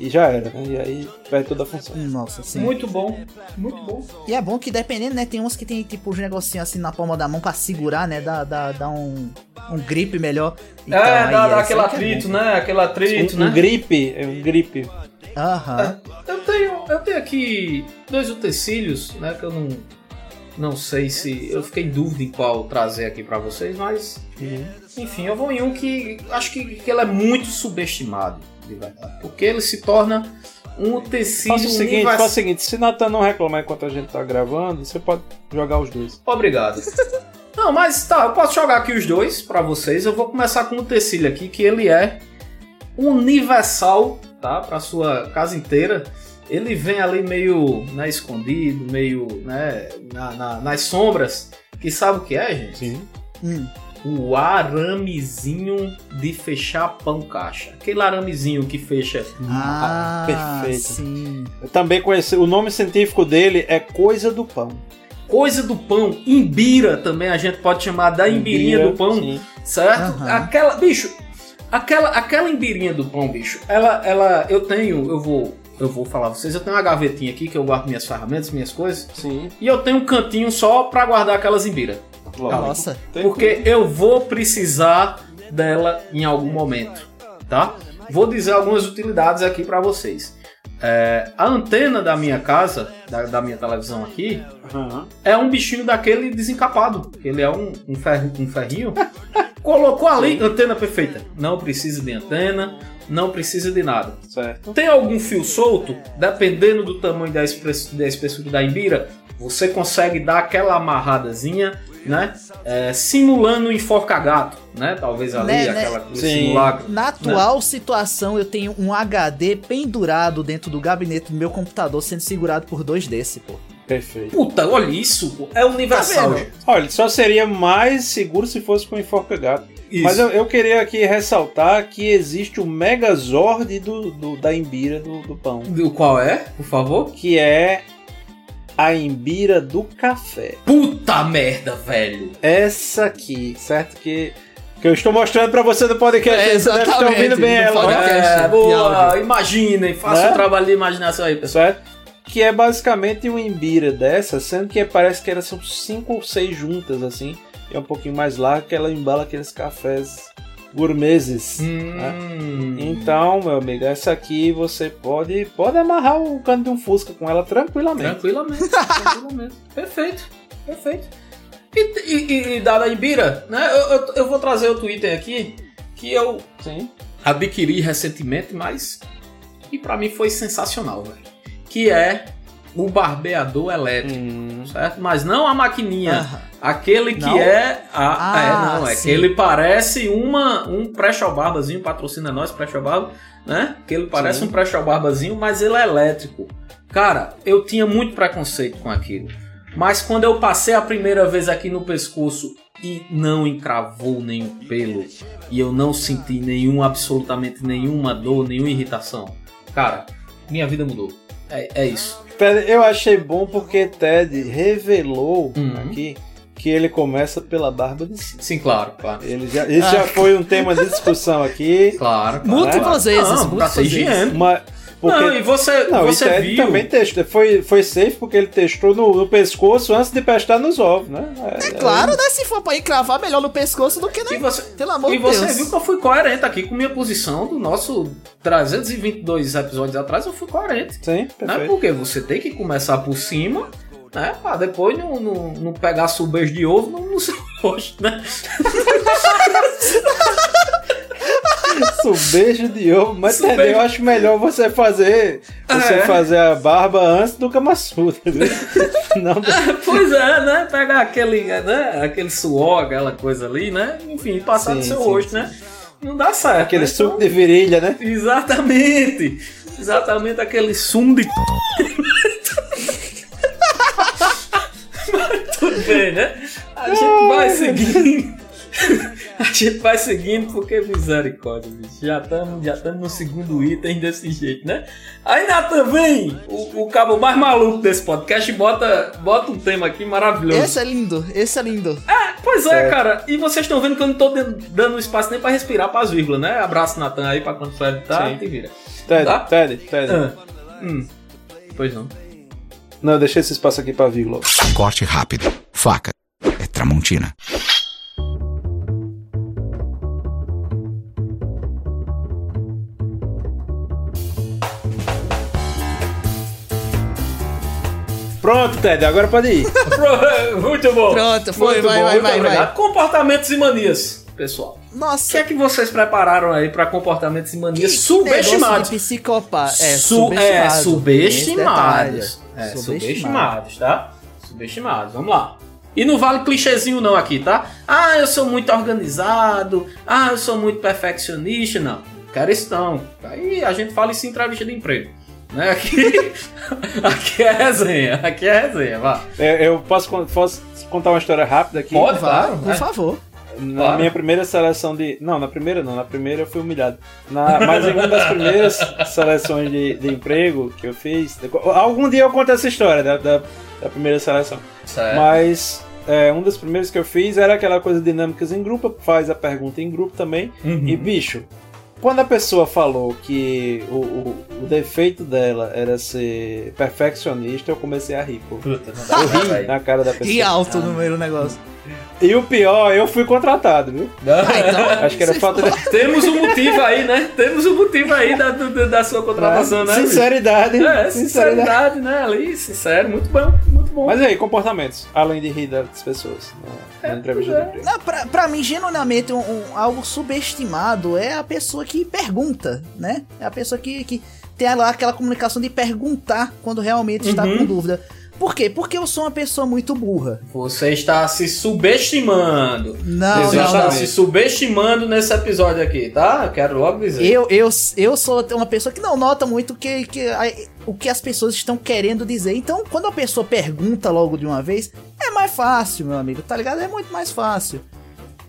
[SPEAKER 5] E já era, né? E aí perde toda a função.
[SPEAKER 7] Nossa, sim.
[SPEAKER 6] Muito bom, muito bom.
[SPEAKER 7] E é bom que dependendo, né? Tem uns que tem tipo uns negocinhos assim na palma da mão pra segurar, né? Dá, dá, dá um, um grip melhor. Então,
[SPEAKER 6] é,
[SPEAKER 7] aí
[SPEAKER 6] dá, dá
[SPEAKER 7] isso
[SPEAKER 6] aquele
[SPEAKER 7] aí que é
[SPEAKER 6] atrito, né? Aquele atrito,
[SPEAKER 5] Um,
[SPEAKER 6] né?
[SPEAKER 5] um gripe, é um gripe.
[SPEAKER 7] bom. Aham.
[SPEAKER 6] Eu tenho, eu tenho aqui dois utensílios, né? Que eu não, não sei se. Eu fiquei em dúvida em qual trazer aqui pra vocês, mas.
[SPEAKER 5] Uhum.
[SPEAKER 6] Enfim, eu vou em um que acho que, que ele é muito subestimado, de verdade. Porque ele se torna um utensílio.
[SPEAKER 5] Faça o seguinte,
[SPEAKER 6] universal-
[SPEAKER 5] faça o seguinte, se Natan não reclamar enquanto a gente tá gravando, você pode jogar os dois.
[SPEAKER 6] Obrigado. <laughs> Não, mas tá, eu posso jogar aqui os dois pra vocês. Eu vou começar com o utensílio aqui, que ele é universal, tá? Pra sua casa inteira. Ele vem ali meio né, escondido, meio né, na- na- nas sombras. Que sabe o que é, gente?
[SPEAKER 5] Sim.
[SPEAKER 7] Hum.
[SPEAKER 6] O aramezinho de fechar pão caixa. Aquele aramezinho que fecha.
[SPEAKER 7] Ah,
[SPEAKER 5] perfeito.
[SPEAKER 7] sim.
[SPEAKER 5] Eu É também conheci, o nome científico dele é coisa do pão.
[SPEAKER 6] Coisa do pão, imbira também, a gente pode chamar da imbirinha do pão.
[SPEAKER 5] Sim.
[SPEAKER 6] certo?
[SPEAKER 7] Aham.
[SPEAKER 6] Aquela, bicho, aquela, aquela imbirinha do pão, bicho, ela, ela, eu tenho, eu vou, eu vou falar pra vocês, eu tenho uma gavetinha aqui que eu guardo minhas ferramentas, minhas coisas,
[SPEAKER 5] Sim,
[SPEAKER 6] e eu tenho um cantinho só pra guardar aquelas imbiras,
[SPEAKER 5] lógico.
[SPEAKER 7] Nossa.
[SPEAKER 6] porque eu vou precisar dela em algum momento, tá? Vou dizer algumas utilidades aqui pra vocês. É, a antena da minha casa, da- da minha televisão aqui,
[SPEAKER 5] Aham.
[SPEAKER 6] é um bichinho daquele desencapado. Ele é um, um, ferro, um
[SPEAKER 7] <laughs>
[SPEAKER 6] ferrinho. Colocou ali, antena perfeita. Não precisa de antena, não precisa de nada.
[SPEAKER 5] Certo.
[SPEAKER 6] Tem algum fio solto? Dependendo do tamanho da, espess- da espessura da imbira, você consegue dar aquela amarradazinha, né? É, simulando um enforca-gato, né? Talvez ali,
[SPEAKER 7] Né, né?
[SPEAKER 6] aquela coisa
[SPEAKER 5] Sim.
[SPEAKER 6] simulacro.
[SPEAKER 7] Na atual situação, eu tenho um HD pendurado dentro do gabinete do meu computador sendo segurado por dois desse, pô.
[SPEAKER 5] Perfeito.
[SPEAKER 6] Puta, olha isso, pô. é universal.
[SPEAKER 7] Tá vendo?
[SPEAKER 6] gente.
[SPEAKER 5] Olha, ele só seria mais seguro se fosse com enforca gato.
[SPEAKER 6] Isso.
[SPEAKER 5] Mas eu, eu queria aqui ressaltar que existe o Megazord do, do- da imbira do, do pão,
[SPEAKER 6] Do qual é, por favor?
[SPEAKER 5] que é a imbira do café.
[SPEAKER 6] Puta merda, velho.
[SPEAKER 5] Essa aqui, certo? Que, que eu estou mostrando para você do podcast.
[SPEAKER 7] É,
[SPEAKER 5] você deve estar
[SPEAKER 7] exatamente,
[SPEAKER 5] ouvindo bem
[SPEAKER 7] não
[SPEAKER 5] ela.
[SPEAKER 7] fala
[SPEAKER 5] né?
[SPEAKER 7] podcast,
[SPEAKER 6] É,
[SPEAKER 7] né?
[SPEAKER 6] boa,
[SPEAKER 7] De
[SPEAKER 6] imaginem, faça
[SPEAKER 5] Né?
[SPEAKER 6] o trabalho de imaginação aí, pessoal.
[SPEAKER 5] certo? Que é basicamente uma imbira dessa, sendo que parece que elas são cinco ou seis juntas, assim. E é um pouquinho mais larga, que ela embala aqueles cafés gourmeses.
[SPEAKER 6] Hum.
[SPEAKER 5] Então, meu amigo, essa aqui você pode, pode amarrar o cano de um Fusca com ela tranquilamente.
[SPEAKER 6] Tranquilamente, tranquilamente. Perfeito, perfeito. E, e, e- e dada a Ibira, né? Eu, eu, eu vou trazer outro item aqui que eu
[SPEAKER 5] Sim.
[SPEAKER 6] adquiri recentemente, mas que pra mim foi sensacional, velho. Que é o barbeador elétrico,
[SPEAKER 5] Hum.
[SPEAKER 6] certo? Mas não a maquininha.
[SPEAKER 7] Aham.
[SPEAKER 6] Aquele que
[SPEAKER 7] Não?
[SPEAKER 6] é. A,
[SPEAKER 7] Ah,
[SPEAKER 6] é, não, é
[SPEAKER 7] sim.
[SPEAKER 6] que ele parece uma, um pré-show barbazinho, patrocina nós, pré-show barba, né? Que ele parece um pré-show barbazinho, mas ele é elétrico. Cara, eu tinha muito preconceito com aquilo. Mas quando eu passei a primeira vez aqui no pescoço e não encravou nenhum pelo, e eu não senti nenhum, absolutamente nenhuma dor, nenhuma irritação, cara, minha vida mudou. É, é isso.
[SPEAKER 5] Ted, Eu achei bom porque Ted revelou
[SPEAKER 6] Uhum.
[SPEAKER 5] aqui que ele começa pela barba de cima.
[SPEAKER 6] Sim, claro, claro.
[SPEAKER 5] Ele já,
[SPEAKER 6] Ah.
[SPEAKER 5] esse já foi um tema de discussão aqui.
[SPEAKER 6] Claro, claro.
[SPEAKER 7] Múltiplas
[SPEAKER 6] claro.
[SPEAKER 7] vezes,
[SPEAKER 6] Não, pra
[SPEAKER 7] múltiplas
[SPEAKER 6] ser
[SPEAKER 7] vezes.
[SPEAKER 6] higiênico.
[SPEAKER 5] Mas, porque
[SPEAKER 6] não, e você,
[SPEAKER 5] Não, e
[SPEAKER 6] você
[SPEAKER 5] Ted
[SPEAKER 6] viu.
[SPEAKER 5] também testou. Foi, foi safe porque ele testou no, no pescoço antes de testar nos ovos, né?
[SPEAKER 7] É claro, né? Se for pra encravar, melhor no pescoço do que
[SPEAKER 6] E
[SPEAKER 7] na.
[SPEAKER 6] você,
[SPEAKER 7] Pelo amor
[SPEAKER 6] e
[SPEAKER 7] de
[SPEAKER 6] você
[SPEAKER 7] Deus.
[SPEAKER 6] viu que eu fui coerente aqui com minha posição do nosso 322 episódios atrás, eu fui coerente.
[SPEAKER 5] é, Sim,
[SPEAKER 6] Né?
[SPEAKER 5] perfeito.
[SPEAKER 6] Porque você tem que começar por cima, né? Pra depois não, não, não pegar subês de ovo no, no seu <laughs> rosto, né?
[SPEAKER 5] Isso, um beijo de ovo. Mas
[SPEAKER 6] Isso,
[SPEAKER 5] Ted,
[SPEAKER 6] um beijo.
[SPEAKER 5] eu acho melhor você fazer você
[SPEAKER 6] É.
[SPEAKER 5] fazer a barba antes do Kama Sutra,
[SPEAKER 6] <laughs>
[SPEAKER 5] né? Não,
[SPEAKER 6] pois é, né? Pegar aquele, né? aquele suor, aquela coisa ali, né? Enfim, passar no
[SPEAKER 5] Sim,
[SPEAKER 6] seu
[SPEAKER 5] sim,
[SPEAKER 6] rosto,
[SPEAKER 5] sim.
[SPEAKER 6] né? Não dá certo.
[SPEAKER 5] aquele
[SPEAKER 6] né? Então-
[SPEAKER 5] suco de virilha, né?
[SPEAKER 6] Exatamente! Exatamente aquele sumo de. c****. Mas tudo bem, né? A gente vai seguindo. A gente vai seguindo porque misericórdia, bicho. Já estamos já tamo no segundo item desse jeito, né? Aí Natan vem, o, o cabo mais maluco desse podcast, bota, bota um tema aqui maravilhoso.
[SPEAKER 7] Esse é lindo, esse é lindo.
[SPEAKER 6] Pois é, cara. E vocês estão vendo que eu não tô den- dando espaço nem pra respirar pras vírgulas, né? Abraço, Natan, aí pra quando for editar,
[SPEAKER 5] Sim.
[SPEAKER 6] te vira.
[SPEAKER 5] Ted,
[SPEAKER 6] Dá?
[SPEAKER 5] Ted, Ted.
[SPEAKER 6] Ah. Hum. Pois não.
[SPEAKER 5] Não, eu deixei esse espaço aqui pra vírgula.
[SPEAKER 9] Corte rápido. Faca. É Tramontina.
[SPEAKER 5] Pronto, Ted, agora pode ir.
[SPEAKER 6] <laughs> Muito bom.
[SPEAKER 7] Pronto, foi,
[SPEAKER 6] Muito
[SPEAKER 7] vai,
[SPEAKER 6] bom,
[SPEAKER 7] vai,
[SPEAKER 6] muito
[SPEAKER 7] vai,
[SPEAKER 6] obrigado.
[SPEAKER 7] vai.
[SPEAKER 6] Comportamentos e manias, pessoal. O que
[SPEAKER 7] Nossa,
[SPEAKER 6] é que vocês prepararam aí pra comportamentos e manias
[SPEAKER 7] negócio
[SPEAKER 6] subestimados?
[SPEAKER 7] de psicopata. É,
[SPEAKER 6] é
[SPEAKER 7] né,
[SPEAKER 6] Su- é,
[SPEAKER 7] subestimado.
[SPEAKER 6] subestimados.
[SPEAKER 7] Tem
[SPEAKER 6] É,
[SPEAKER 7] esse detalhe. Subestimado.
[SPEAKER 6] subestimados, tá? Subestimados, vamos lá. E não vale clichêzinho não aqui, tá? Ah, eu sou muito organizado. Ah, eu sou muito perfeccionista. Não, não quero isso não. Aí a gente fala isso em entrevista de emprego. Né? Aqui, <laughs> aqui é resenha, aqui é resenha, vá.
[SPEAKER 5] É, eu posso, con- posso contar uma história rápida aqui?
[SPEAKER 6] Pode, claro.
[SPEAKER 7] Claro, por
[SPEAKER 6] né?
[SPEAKER 7] favor.
[SPEAKER 5] Na
[SPEAKER 6] Claro.
[SPEAKER 5] minha primeira seleção de. Não, na primeira não, na primeira eu fui humilhado. Na, mas em uma das primeiras seleções de, de emprego que eu fiz. Algum dia eu conto essa história da, da, da primeira seleção.
[SPEAKER 6] Certo.
[SPEAKER 5] Mas é, um dos primeiros que eu fiz era aquela coisa de dinâmicas em grupo, faz a pergunta em grupo também.
[SPEAKER 6] Uhum.
[SPEAKER 5] E bicho, quando a pessoa falou que o, o- o defeito dela era ser perfeccionista, eu comecei a rir, pô.
[SPEAKER 6] Puta, não dá
[SPEAKER 5] Eu
[SPEAKER 6] pra
[SPEAKER 5] ri
[SPEAKER 6] sair.
[SPEAKER 5] na cara da
[SPEAKER 7] E
[SPEAKER 5] pessoa.
[SPEAKER 7] alto o número do negócio.
[SPEAKER 5] E o pior, eu fui contratado, viu?
[SPEAKER 7] Ah, então,
[SPEAKER 5] <laughs> Acho que era
[SPEAKER 7] se
[SPEAKER 5] falta de.
[SPEAKER 6] Temos um motivo aí, né? Temos um motivo aí da, do- da sua contratação, né? bicho?
[SPEAKER 5] Sinceridade.
[SPEAKER 6] É,
[SPEAKER 5] sinceridade.
[SPEAKER 6] sinceridade, né? Ali, sincero, muito bom, muito bom.
[SPEAKER 5] Mas e aí, comportamentos, além de rir das pessoas né? na, na
[SPEAKER 7] É,
[SPEAKER 5] entrevista de emprego.
[SPEAKER 7] Não, pra, pra mim, genuinamente, um, um- algo subestimado é a pessoa que pergunta, né? É a pessoa que, que tem lá aquela comunicação de perguntar quando realmente está com dúvida. Por quê? Porque eu sou uma pessoa muito burra.
[SPEAKER 6] Você está se subestimando.
[SPEAKER 7] Não,
[SPEAKER 6] Você
[SPEAKER 7] não,
[SPEAKER 6] está
[SPEAKER 7] não.
[SPEAKER 6] se subestimando nesse episódio aqui, tá? Eu Quero logo dizer.
[SPEAKER 7] Eu, eu, eu sou uma pessoa que não nota muito o que, que, a- o que as pessoas estão querendo dizer. Então, quando a pessoa pergunta logo de uma vez, é mais fácil, meu amigo, tá ligado? É muito mais fácil.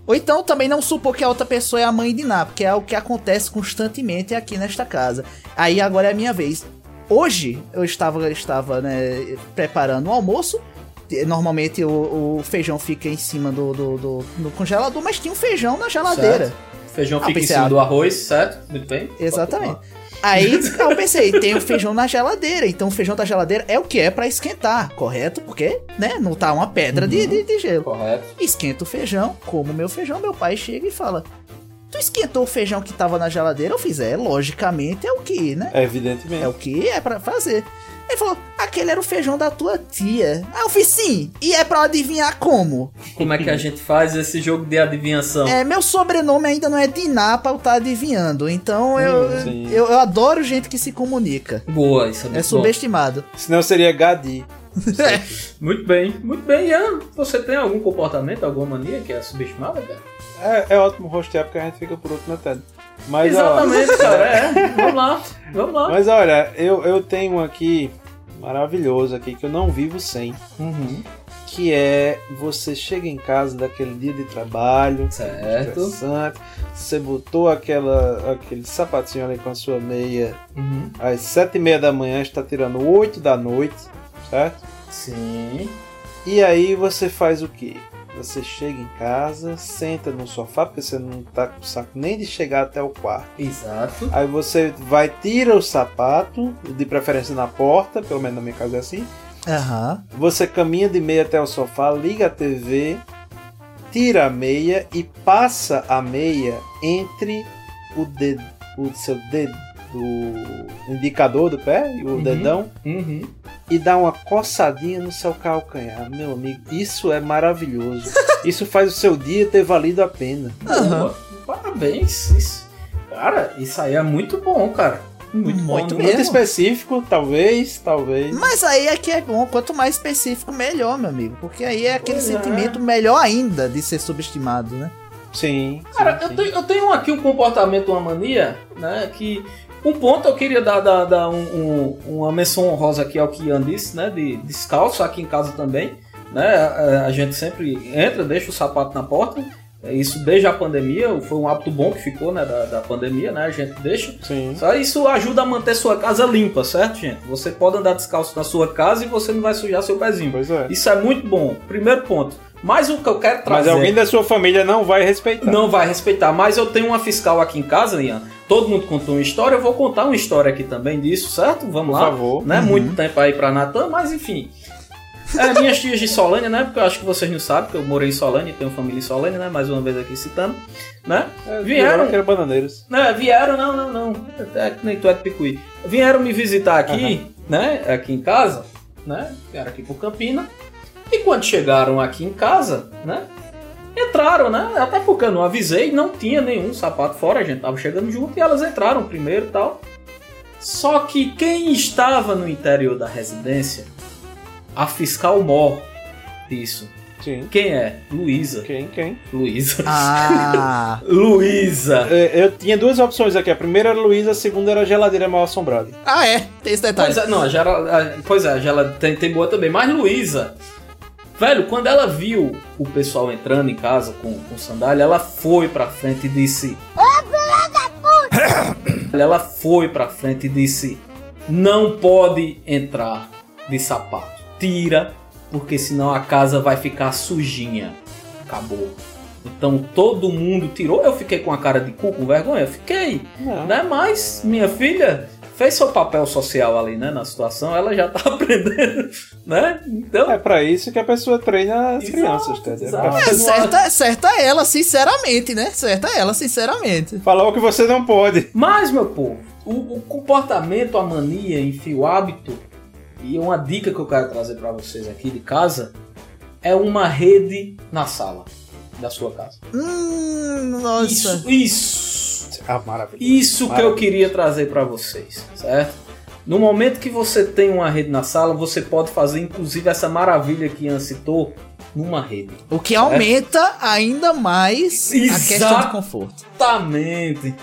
[SPEAKER 7] Ou então também não supor que a outra pessoa é a mãe de Ná, porque é o que acontece constantemente aqui nesta casa. Aí agora é a minha vez. Hoje eu estava, eu estava né, preparando o almoço. Normalmente o, o feijão fica em cima do, do, do- do congelador, mas tinha um feijão na geladeira.
[SPEAKER 6] Feijão
[SPEAKER 7] Ah,
[SPEAKER 6] fica em
[SPEAKER 7] pensei,
[SPEAKER 6] cima
[SPEAKER 7] ah,
[SPEAKER 6] do arroz, certo? Muito bem.
[SPEAKER 7] Exatamente. Aí eu pensei, tem o feijão na geladeira, então o feijão da geladeira é o que é pra esquentar, correto? Porque, né, não tá uma pedra de, de, de gelo.
[SPEAKER 6] Correto.
[SPEAKER 7] Esquenta o feijão, como meu feijão, meu pai chega e fala: Tu esquentou o feijão que tava na geladeira? Eu fiz, é, logicamente é o que, né?
[SPEAKER 5] Evidentemente.
[SPEAKER 7] É o que é pra fazer. Ele falou: aquele era o feijão da tua tia. Aí eu fiz sim, e é pra adivinhar como.
[SPEAKER 6] Como é que a gente faz esse jogo de adivinhação?
[SPEAKER 7] É, meu sobrenome ainda não é Diná pra eu tá adivinhando. Então eu,
[SPEAKER 5] Hum, sim.
[SPEAKER 7] eu, eu adoro gente que se comunica.
[SPEAKER 6] Boa, isso é muito
[SPEAKER 7] É subestimado.
[SPEAKER 5] Senão seria Gadi.
[SPEAKER 6] bom. Muito bem, muito bem. Ian, você tem algum comportamento, alguma mania que é subestimada, cara?
[SPEAKER 5] É, é ótimo rostear porque a gente fica por último na tela. Mas, ó, <laughs>
[SPEAKER 6] Exatamente, cara. É. Vamos lá, vamos lá.
[SPEAKER 5] mas olha, eu, eu tenho um aqui maravilhoso aqui que eu não vivo sem.
[SPEAKER 6] Uhum.
[SPEAKER 5] Que é você chega em casa daquele dia de trabalho,
[SPEAKER 6] Certo.
[SPEAKER 5] interessante, você botou aquela, aquele sapatinho ali com a sua meia
[SPEAKER 6] Uhum.
[SPEAKER 5] às sete e meia da manhã, está tirando oito da noite, certo?
[SPEAKER 6] Sim.
[SPEAKER 5] E aí você faz o quê? Você chega em casa, senta no sofá, porque você não tá com saco nem de chegar até o quarto.
[SPEAKER 6] Exato.
[SPEAKER 5] Aí você vai, tira o sapato, de preferência na porta, pelo menos na minha casa é assim.
[SPEAKER 7] Aham.
[SPEAKER 5] Você caminha de meia até o sofá, liga a TV, tira a meia e passa a meia entre o dedo, o seu dedo, o indicador do pé e o
[SPEAKER 6] Uhum.
[SPEAKER 5] dedão
[SPEAKER 6] Uhum.
[SPEAKER 5] e dá uma coçadinha no seu calcanhar. Meu amigo, isso é
[SPEAKER 6] <laughs>
[SPEAKER 5] maravilhoso. Isso faz o seu dia ter valido a pena.
[SPEAKER 6] Boa. Parabéns. Isso- Cara, isso aí é muito bom, cara. Muito,
[SPEAKER 7] Muito
[SPEAKER 6] bom.
[SPEAKER 7] mesmo.
[SPEAKER 5] Muito específico, talvez, talvez.
[SPEAKER 7] Mas aí é que é bom, quanto mais específico, melhor, meu amigo. Porque aí é aquele
[SPEAKER 6] Pois é.
[SPEAKER 7] sentimento melhor ainda de ser
[SPEAKER 6] <laughs>
[SPEAKER 7] subestimado, né?
[SPEAKER 5] Sim.
[SPEAKER 6] Cara,
[SPEAKER 5] sim,
[SPEAKER 6] eu
[SPEAKER 5] sim.
[SPEAKER 6] tenho, eu tenho aqui um comportamento, uma mania, né? Que um ponto eu queria dar, dar- dar um- um- uma menção honrosa aqui ao que Ian disse, né? De descalço aqui em casa também, né? A, a gente sempre entra, deixa o sapato na porta. É Isso desde a pandemia, foi um hábito bom que ficou, né? Da, da pandemia, né? A gente deixa.
[SPEAKER 5] Sim.
[SPEAKER 6] Só isso ajuda a manter sua casa limpa, certo, gente? Você pode andar descalço na sua casa e você não vai sujar seu pezinho.
[SPEAKER 5] Pois é.
[SPEAKER 6] Isso é muito bom. Primeiro ponto. Mais um que eu quero trazer.
[SPEAKER 5] Mas alguém da sua família não vai respeitar.
[SPEAKER 6] não vai respeitar. Mas eu tenho uma fiscal aqui em casa, Ian, Todo mundo contou uma história, eu vou contar uma história aqui também disso, certo? Vamos lá.
[SPEAKER 5] Por favor.
[SPEAKER 6] Não é muito tempo aí pra Natan, mas enfim. É, minhas tias de Solânia, né? Porque eu acho que vocês não sabem, que eu morei em Solânia, tenho família em Solânia, né? Mais uma vez aqui citando, né?
[SPEAKER 5] É,
[SPEAKER 6] Vieram.
[SPEAKER 5] Que era bananeiros.
[SPEAKER 6] Né, vieram, não, não, não. É que nem tu é de Picuí. Vieram me visitar aqui, né? Aqui em casa, né? Vieram aqui pro Campina. E quando chegaram aqui em casa, né? Entraram, né? Até porque eu não avisei, não tinha nenhum sapato fora, a gente tava chegando junto e elas entraram primeiro e tal. Só que quem estava no interior da residência, a fiscal mor disso.
[SPEAKER 5] Sim.
[SPEAKER 6] Quem é? Luísa.
[SPEAKER 5] Quem, quem?
[SPEAKER 6] Luísa.
[SPEAKER 7] Ah,
[SPEAKER 6] Luísa!
[SPEAKER 5] É, Eu tinha duas opções aqui. A primeira era Luísa, a segunda era geladeira mal assombrada.
[SPEAKER 7] ah é, tem esse detalhe.
[SPEAKER 6] Pois é, não, a Gera, a- pois é, a Gera tem, tem boa também. Mas Luísa, velho, quando ela viu o pessoal entrando em casa com, com sandália, ela foi pra frente e disse. <coughs> ela foi pra frente e disse: Não pode entrar de sapato. Tira, porque senão a casa vai ficar sujinha. Acabou. Então todo mundo tirou. Eu fiquei com a cara de cu, com vergonha. Eu fiquei.
[SPEAKER 5] Não.
[SPEAKER 6] Né? Mas minha filha fez seu papel social ali, né? Na situação, ela já tá <laughs> aprendendo, né? Então,
[SPEAKER 5] É pra isso que a pessoa treina as
[SPEAKER 6] Exato,
[SPEAKER 5] crianças, entendeu?
[SPEAKER 6] exato.
[SPEAKER 5] Pra
[SPEAKER 7] É, certa, certa é ela, sinceramente, né? Certa ela, sinceramente.
[SPEAKER 5] Falar o que você não pode. <laughs>
[SPEAKER 6] mas meu povo, o, o comportamento, a mania, enfim, o hábito e uma dica que eu quero trazer pra vocês aqui de casa é uma rede na sala da sua casa.
[SPEAKER 7] Hum, nossa.
[SPEAKER 6] Isso, isso
[SPEAKER 5] Ah, maravilha.
[SPEAKER 6] Isso que eu queria trazer pra vocês, certo? No momento que você tem uma rede na sala, você pode fazer inclusive essa maravilha que Ian citou numa rede.
[SPEAKER 7] O que aumenta ainda mais
[SPEAKER 6] Exato.
[SPEAKER 7] a questão de conforto.
[SPEAKER 6] Exatamente.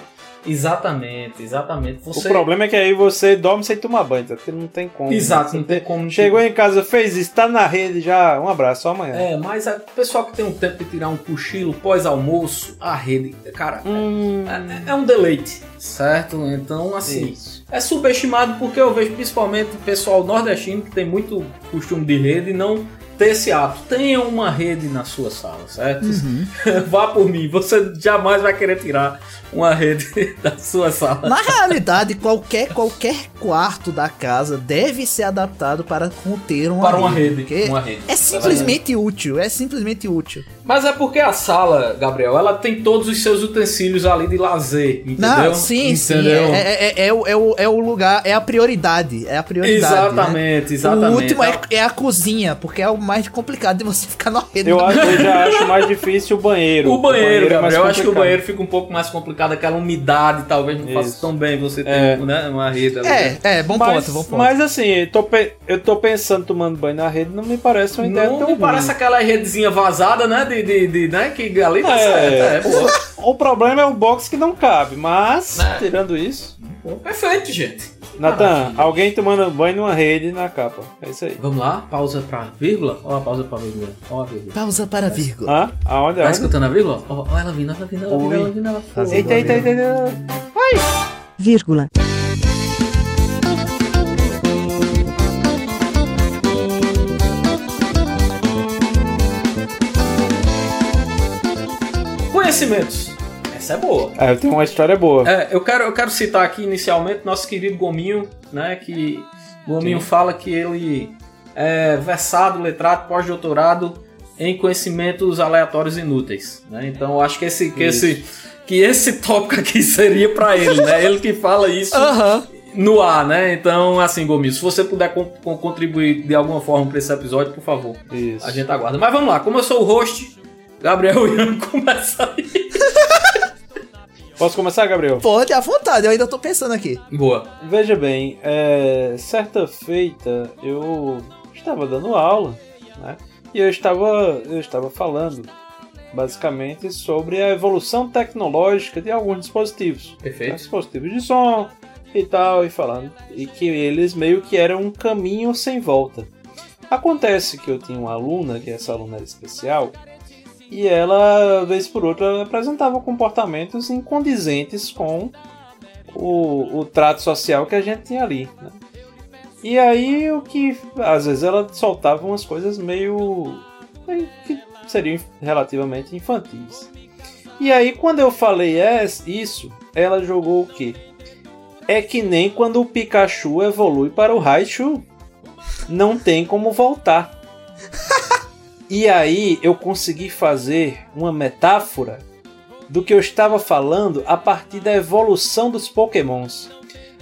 [SPEAKER 6] Exatamente, exatamente. Você
[SPEAKER 5] O problema é que aí você dorme sem tomar banho, tá? Porque não tem como.
[SPEAKER 6] Exato,
[SPEAKER 5] Você
[SPEAKER 6] não tem como
[SPEAKER 5] Chegou em casa, fez isso, tá na rede já. Um abraço, só amanhã.
[SPEAKER 6] É, mas a- o pessoal que tem um tempo de tirar um cochilo pós-almoço, a rede, cara, é, é- é um deleite, certo? Então, assim, é subestimado porque eu vejo principalmente o pessoal nordestino que tem muito costume de rede e não ter esse hábito. Tenha uma rede na sua sala, certo? <laughs> Vá por mim, você jamais vai querer tirar uma rede <laughs> da sua sala.
[SPEAKER 7] Na realidade, qualquer, qualquer quarto da casa deve ser adaptado para conter uma
[SPEAKER 6] Para uma rede,
[SPEAKER 7] porque
[SPEAKER 6] uma rede. Tá
[SPEAKER 7] É simplesmente útil, é simplesmente útil.
[SPEAKER 6] Mas é porque a sala, Gabriel, ela tem todos os seus utensílios ali de lazer, entendeu?
[SPEAKER 7] Não, sim, sim.
[SPEAKER 6] Entendeu?
[SPEAKER 7] É, é- é- é o, é, o, é o lugar, é a prioridade. É a prioridade. né?
[SPEAKER 6] Exatamente, exatamente. Tá.
[SPEAKER 7] O último é, é a cozinha, porque é o mais complicado de você <laughs> ficar né? na rede.
[SPEAKER 5] Eu, acho- eu já acho mais difícil o banheiro.
[SPEAKER 6] O banheiro,
[SPEAKER 5] é mais
[SPEAKER 6] Gabriel, eu acho que o
[SPEAKER 5] complicado.
[SPEAKER 6] banheiro fica um pouco mais complicado, aquela umidade talvez não faça
[SPEAKER 5] Isso.
[SPEAKER 6] tão bem você ter
[SPEAKER 5] É.
[SPEAKER 6] né, uma rede ali.
[SPEAKER 7] É, é, bom
[SPEAKER 5] Mas,
[SPEAKER 7] ponto, bom ponto.
[SPEAKER 5] mas assim, eu tô, pe- eu tô pensando tomando banho na rede, não me parece uma ideia
[SPEAKER 6] Não
[SPEAKER 5] tão
[SPEAKER 6] me parece
[SPEAKER 5] ruim.
[SPEAKER 6] aquela redezinha vazada, né? De, de, de- né que ali tá
[SPEAKER 5] É.
[SPEAKER 6] certo. É, boa.
[SPEAKER 5] O problema é o box que não cabe, mas,
[SPEAKER 6] É.
[SPEAKER 5] tirando isso.
[SPEAKER 6] Perfeito, gente.
[SPEAKER 5] Natan,
[SPEAKER 6] Maravilha.
[SPEAKER 5] alguém tomando banho numa rede na capa. É isso aí.
[SPEAKER 6] Vamos lá, pausa pra vírgula. Ó, a pausa pra vírgula. Ó, a vírgula.
[SPEAKER 7] Pausa para a vírgula.
[SPEAKER 5] Hã? Ah, Aonde?
[SPEAKER 6] Tá
[SPEAKER 5] aonde?
[SPEAKER 6] escutando a vírgula? Ó, ó, ela vindo, ela vindo, ela vindo,
[SPEAKER 5] Oi.
[SPEAKER 6] ela vindo, ela vindo.
[SPEAKER 5] Eita, eita, eita, eita.
[SPEAKER 1] vírgula,
[SPEAKER 6] Conhecimentos. Essa é boa.
[SPEAKER 5] Ah, eu tenho uma história boa.
[SPEAKER 6] É, eu quero, eu quero citar aqui inicialmente nosso querido Gominho, né? Que Gominho fala que ele é versado, letrado, pós-doutorado em conhecimentos aleatórios inúteis. Né? Então eu acho que esse, que esse, que esse tópico aqui <laughs> seria pra ele, né? Ele que fala <laughs> isso
[SPEAKER 7] Aham.
[SPEAKER 6] no ar, né? Então, assim, Gominho, se você puder con- con- contribuir de alguma forma pra esse episódio, por favor,
[SPEAKER 5] Isso.
[SPEAKER 6] É. a gente aguarda. Mas vamos lá, como eu sou o host, Gabriel <laughs> Ian começa aí.
[SPEAKER 5] Posso começar, Gabriel?
[SPEAKER 7] Pode, à vontade, eu ainda tô pensando aqui.
[SPEAKER 6] Boa.
[SPEAKER 5] Veja bem, é, certa feita eu estava dando aula, né? E eu estava, eu estava falando basicamente sobre a evolução tecnológica de alguns dispositivos. Né?
[SPEAKER 6] Perfeito.
[SPEAKER 5] Dispositivos de som e tal, e falando. E que eles meio que eram um caminho sem volta. Acontece que eu tinha uma aluna, que essa aluna era especial, e ela, vez por outra, ela apresentava comportamentos incondizentes com o, o trato social que a gente tinha ali. né? E aí o que. Às vezes ela soltava umas coisas meio. meio que seriam relativamente infantis. E aí, quando eu falei es- isso, ela jogou o quê? É que nem quando o Pikachu evolui para o Raichu. Não tem como voltar. e aí, eu consegui fazer uma metáfora do que eu estava falando a partir da evolução dos Pokémons.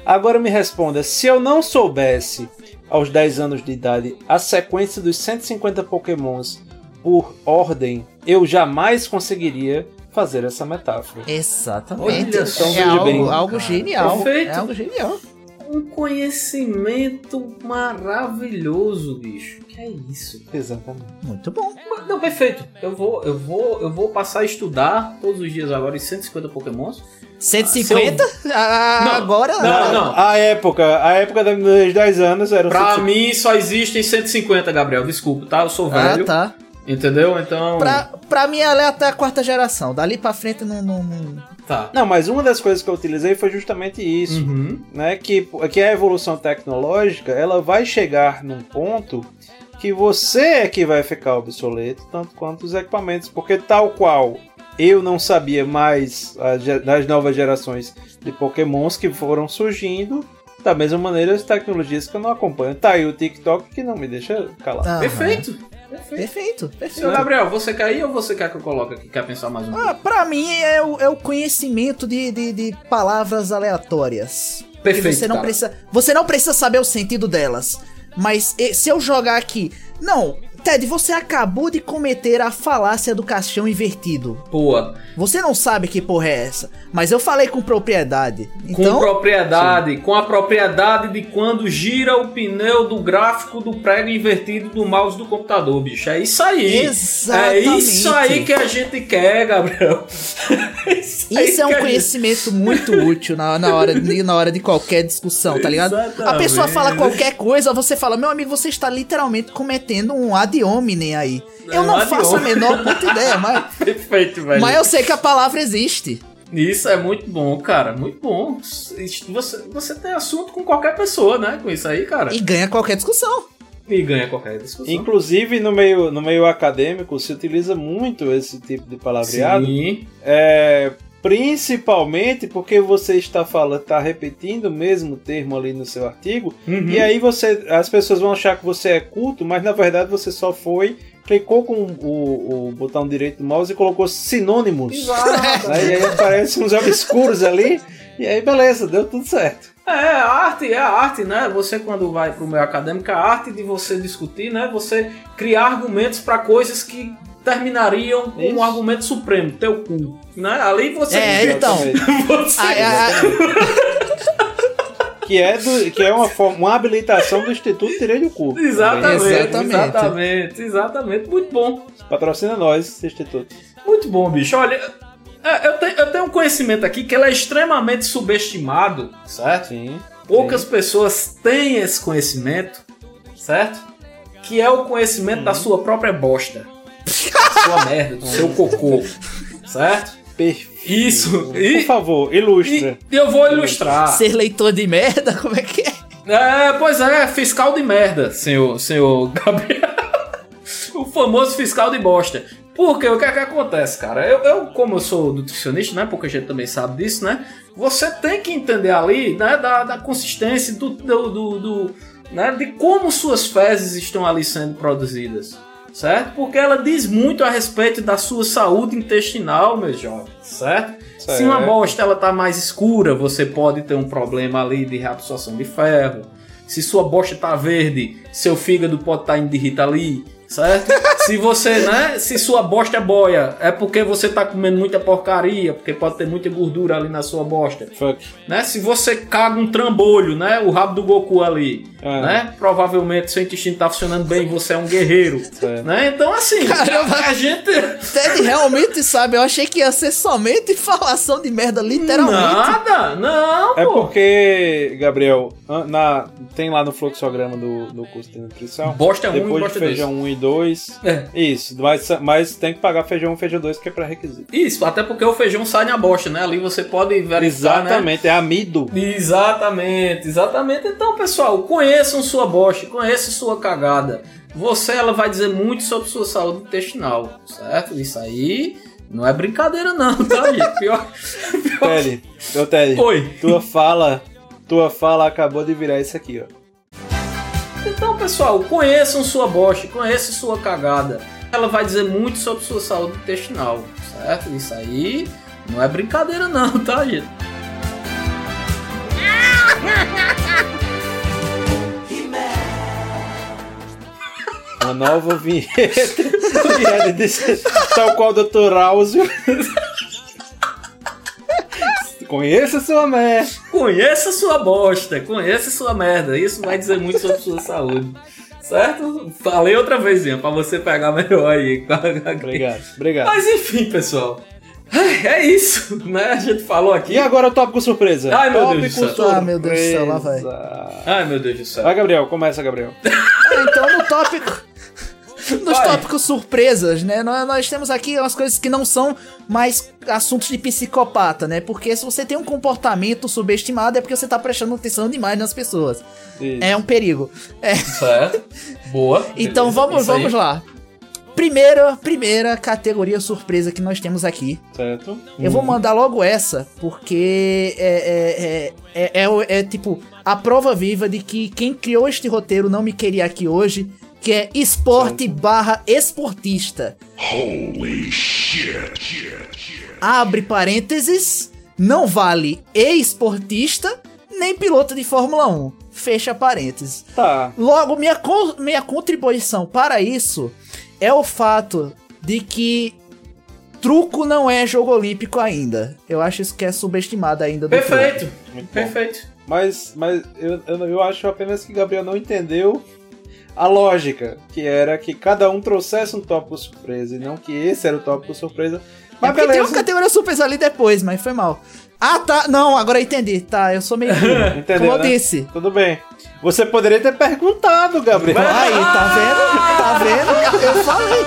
[SPEAKER 5] Agora me responda, se eu não soubesse aos 10 anos de idade a sequência dos 150 Pokémons por ordem, eu jamais conseguiria fazer essa metáfora.
[SPEAKER 7] Exatamente.
[SPEAKER 6] Olha só,
[SPEAKER 7] é
[SPEAKER 5] veja bem,
[SPEAKER 7] algo, algo genial.
[SPEAKER 6] Perfeito.
[SPEAKER 7] É algo genial.
[SPEAKER 6] Um conhecimento maravilhoso, bicho. Que é isso?
[SPEAKER 5] Exatamente.
[SPEAKER 7] Muito bom.
[SPEAKER 6] Mas, Não, perfeito. Eu vou, eu vou, eu vou passar a estudar todos os dias agora os 150 Pokémons.
[SPEAKER 7] 150? Ah,
[SPEAKER 6] Não,
[SPEAKER 7] agora
[SPEAKER 6] Não, não.
[SPEAKER 5] A época, a época da- dos 10 anos era o
[SPEAKER 6] Pra
[SPEAKER 5] 150.
[SPEAKER 6] mim só existem 150, Gabriel. Desculpa, tá? Eu sou
[SPEAKER 7] Ah,
[SPEAKER 6] velho.
[SPEAKER 7] tá.
[SPEAKER 6] Entendeu? Então.
[SPEAKER 7] Pra, pra mim, ela é até a quarta geração. Dali pra frente, não. não, não-
[SPEAKER 6] Tá.
[SPEAKER 5] Não, mas uma das coisas que eu utilizei foi justamente isso.
[SPEAKER 6] Uhum.
[SPEAKER 5] né, que, que a evolução tecnológica ela vai chegar num ponto que você é que vai ficar obsoleto, tanto quanto os equipamentos, porque tal qual eu não sabia mais a ge- das novas gerações de pokémons que foram surgindo, da mesma maneira as tecnologias que eu não acompanho. Tá aí o TikTok que não me deixa calar.
[SPEAKER 7] Aham.
[SPEAKER 6] Perfeito. Perfeito.
[SPEAKER 7] Perfeito, perfeito.
[SPEAKER 6] Senhor Gabriel, você quer ir ou você quer que eu coloque aqui? Quer pensar mais um pouco?
[SPEAKER 7] Ah, pra mim é o, é o conhecimento de, de, de palavras aleatórias.
[SPEAKER 6] Perfeito, tá.
[SPEAKER 7] Que Você não,
[SPEAKER 6] cara.
[SPEAKER 7] precisa, você não precisa saber o sentido delas. Mas eh, se eu jogar aqui. Não, Ted, você acabou de cometer a falácia do caixão invertido.
[SPEAKER 6] Boa.
[SPEAKER 7] Você não sabe que porra é essa. Mas eu falei com propriedade.
[SPEAKER 6] Com
[SPEAKER 7] Então.
[SPEAKER 6] propriedade, com a propriedade de quando gira o pneu do gráfico do prego invertido do mouse do computador, bicho. É isso aí.
[SPEAKER 7] Exatamente.
[SPEAKER 6] É isso aí que a gente quer, Gabriel. <laughs> É isso aí que
[SPEAKER 7] Isso é um
[SPEAKER 6] a gente-
[SPEAKER 7] conhecimento muito útil na, na, hora, de- na hora de qualquer discussão, tá ligado? A pessoa fala qualquer coisa, você fala, meu amigo, você está literalmente cometendo um ad hominem aí.
[SPEAKER 6] É
[SPEAKER 7] eu
[SPEAKER 6] um
[SPEAKER 7] não
[SPEAKER 6] ad
[SPEAKER 7] faço a
[SPEAKER 6] hominem.
[SPEAKER 7] menor puta ideia, mas,
[SPEAKER 6] Perfeito, velho.
[SPEAKER 7] mas eu sei que a palavra existe.
[SPEAKER 6] Isso é muito bom, cara. Muito bom. Isso- Você, você tem assunto com qualquer pessoa, né? Com isso aí, cara.
[SPEAKER 7] E ganha qualquer discussão.
[SPEAKER 6] E ganha qualquer discussão.
[SPEAKER 5] Inclusive no meio, no meio acadêmico se utiliza muito esse tipo de palavreado.
[SPEAKER 6] Sim.
[SPEAKER 5] É, principalmente porque você está falando, está repetindo o mesmo termo ali no seu artigo,
[SPEAKER 6] Uhum.
[SPEAKER 5] e aí você, as pessoas vão achar que você é culto, mas na verdade você só foi, clicou com o, o botão direito do mouse e colocou sinônimos. Né? E aí aparecem uns obscuros ali, e aí beleza, deu tudo certo.
[SPEAKER 6] É, a arte é a arte, né? Você quando vai pro meio acadêmico, a arte de você discutir, né? Você criar argumentos pra coisas que terminariam com
[SPEAKER 5] Isso.
[SPEAKER 6] um argumento supremo, teu cu, né? Ali você
[SPEAKER 7] É, então.
[SPEAKER 6] <laughs> você
[SPEAKER 7] Ai, ai, ai,
[SPEAKER 5] Que é, do- que é uma, forma- uma habilitação do Instituto né? Direito do Cu.
[SPEAKER 6] Exatamente,
[SPEAKER 7] Exatamente.
[SPEAKER 6] exatamente, exatamente, Muito bom,
[SPEAKER 5] Patrocina nós, Instituto.
[SPEAKER 6] muito bom, bicho. Olha, é, eu, tenho, eu tenho um conhecimento aqui que ele é extremamente subestimado, certo?
[SPEAKER 5] Sim.
[SPEAKER 6] Poucas pessoas têm esse conhecimento, certo? Que é o conhecimento da sua própria bosta. sua merda, do seu cocô. Certo?
[SPEAKER 5] Perfeito.
[SPEAKER 6] Isso.
[SPEAKER 5] Por
[SPEAKER 6] E,
[SPEAKER 5] favor, ilustra.
[SPEAKER 6] e eu vou ilustrar.
[SPEAKER 7] Ah, ser leitor de merda, <laughs> como é que é?
[SPEAKER 6] É, pois é, fiscal de merda, senhor, senhor Gabriel. <laughs> o famoso fiscal de bosta. Porque o que é que acontece, cara? Eu, eu, como eu sou nutricionista, né? Pouca gente também sabe disso, né? Você tem que entender ali, né? Da, da consistência, do, do, do, do- né, de como suas fezes estão ali sendo produzidas, certo? Porque ela diz muito a respeito da sua saúde intestinal, meus jovens, certo? Se uma
[SPEAKER 5] Certo.
[SPEAKER 6] bosta ela tá mais escura, você pode ter um problema ali de reabsorção de ferro. Se sua bosta tá verde, seu fígado pode estar tá indo de Rita ali,
[SPEAKER 5] <laughs>
[SPEAKER 6] certo? Se você, né? Se sua bosta é boia, é porque você tá comendo muita porcaria, porque pode ter muita gordura ali na sua bosta.
[SPEAKER 5] Fuck.
[SPEAKER 6] Né? Se você caga um trambolho, né? O rabo do Goku ali,
[SPEAKER 5] É.
[SPEAKER 6] né? Provavelmente seu intestino tá funcionando bem, você é um guerreiro,
[SPEAKER 5] É.
[SPEAKER 6] né? Então assim,
[SPEAKER 7] Caramba.
[SPEAKER 6] a gente
[SPEAKER 7] Ted realmente sabe, eu achei que ia ser somente falação de merda, literalmente.
[SPEAKER 6] nada, não,
[SPEAKER 5] É
[SPEAKER 6] pô.
[SPEAKER 5] porque, Gabriel, an- na, tem lá no fluxograma do, do curso de nutrição.
[SPEAKER 6] Bosta é um e
[SPEAKER 5] Então, depois
[SPEAKER 6] bosta
[SPEAKER 5] de
[SPEAKER 6] é dois.
[SPEAKER 5] feijão 1 e 2.
[SPEAKER 6] É.
[SPEAKER 5] Isso, mas, mas tem que pagar feijão 1 e feijão 2, que é pré-requisito.
[SPEAKER 6] Isso, até porque o feijão sai na bosta, né? Ali você pode verificar, né?
[SPEAKER 5] Exatamente, é amido.
[SPEAKER 6] Exatamente, exatamente. Então, pessoal, conheçam sua bosta, conheçam sua cagada. Você, ela vai dizer muito sobre sua saúde intestinal, certo? Isso aí, Não é brincadeira, não, tá, gente? <laughs> Pior. pior...
[SPEAKER 5] Teddy, ô Teddy,
[SPEAKER 6] Oi.
[SPEAKER 5] tua fala, tua fala acabou de virar isso aqui, ó.
[SPEAKER 6] Então, pessoal, conheçam sua bosta, conheçam sua cagada. Ela vai dizer muito sobre sua saúde intestinal, certo? Isso aí não é brincadeira, não, tá, gente?
[SPEAKER 5] Uma nova vinheta. Vinheta desse- tal qual o Dr. Áuzio. Conheça sua mãe.
[SPEAKER 6] Conheça sua bosta, conheça sua merda. Isso vai dizer muito sobre sua saúde. Certo? Falei outra vez, Ian, pra você pegar melhor aí.
[SPEAKER 5] Obrigado, obrigado.
[SPEAKER 6] Mas enfim, pessoal. Ai, É isso, né? A gente falou aqui.
[SPEAKER 5] E agora o tópico surpresa.
[SPEAKER 6] Ai, meu Deus
[SPEAKER 5] tópico
[SPEAKER 6] do céu.
[SPEAKER 5] surpresa.
[SPEAKER 7] Ah, meu Deus do céu, lá vai.
[SPEAKER 6] Ai, meu Deus do céu.
[SPEAKER 5] Vai, Gabriel, começa, Gabriel.
[SPEAKER 7] Ah, Então, no tópico. Nos
[SPEAKER 6] Vai.
[SPEAKER 7] tópicos surpresas, né? Nós, nós temos aqui umas coisas que não são mais assuntos de psicopata, né? Porque se você tem um comportamento subestimado é porque você tá prestando atenção demais nas pessoas.
[SPEAKER 5] Isso.
[SPEAKER 7] É um perigo. É.
[SPEAKER 6] Certo. Boa.
[SPEAKER 7] Então
[SPEAKER 6] Beleza.
[SPEAKER 7] vamos,
[SPEAKER 6] Isso aí.
[SPEAKER 7] vamos lá. Primeira, primeira categoria surpresa que nós temos aqui.
[SPEAKER 5] Certo?
[SPEAKER 7] É.
[SPEAKER 5] Hum,
[SPEAKER 7] Eu vou mandar logo essa, porque é, é, é, é, é o- é, tipo a prova viva de que quem criou este roteiro não me queria aqui hoje, que é esporte barra esportista. Abre parênteses, não vale e-esportista, nem piloto de Fórmula 1. Fecha parênteses.
[SPEAKER 5] Tá.
[SPEAKER 7] Logo, minha, con- minha contribuição para isso é o fato de que truco não é jogo olímpico ainda. Eu acho isso que é subestimado ainda. do truco.
[SPEAKER 6] Perfeito.
[SPEAKER 5] Muito bom.
[SPEAKER 6] Perfeito.
[SPEAKER 5] Mas, mas eu, eu, eu acho apenas que Gabriel não entendeu a lógica, que era que cada um trouxesse um tópico surpresa, e não que esse era o tópico surpresa.
[SPEAKER 7] É
[SPEAKER 5] Mas
[SPEAKER 7] porque tem uma
[SPEAKER 5] beleza,
[SPEAKER 7] categoria surpresa ali depois, mas foi mal. Ah, tá. Não, agora eu entendi. Tá, eu sou meio.
[SPEAKER 5] <laughs>
[SPEAKER 7] burro.
[SPEAKER 5] Entendeu,
[SPEAKER 7] Como eu
[SPEAKER 5] né?
[SPEAKER 7] disse.
[SPEAKER 5] tudo bem. Você poderia ter perguntado, Gabriel.
[SPEAKER 7] Aí, tá vendo? Tá vendo? Eu falei.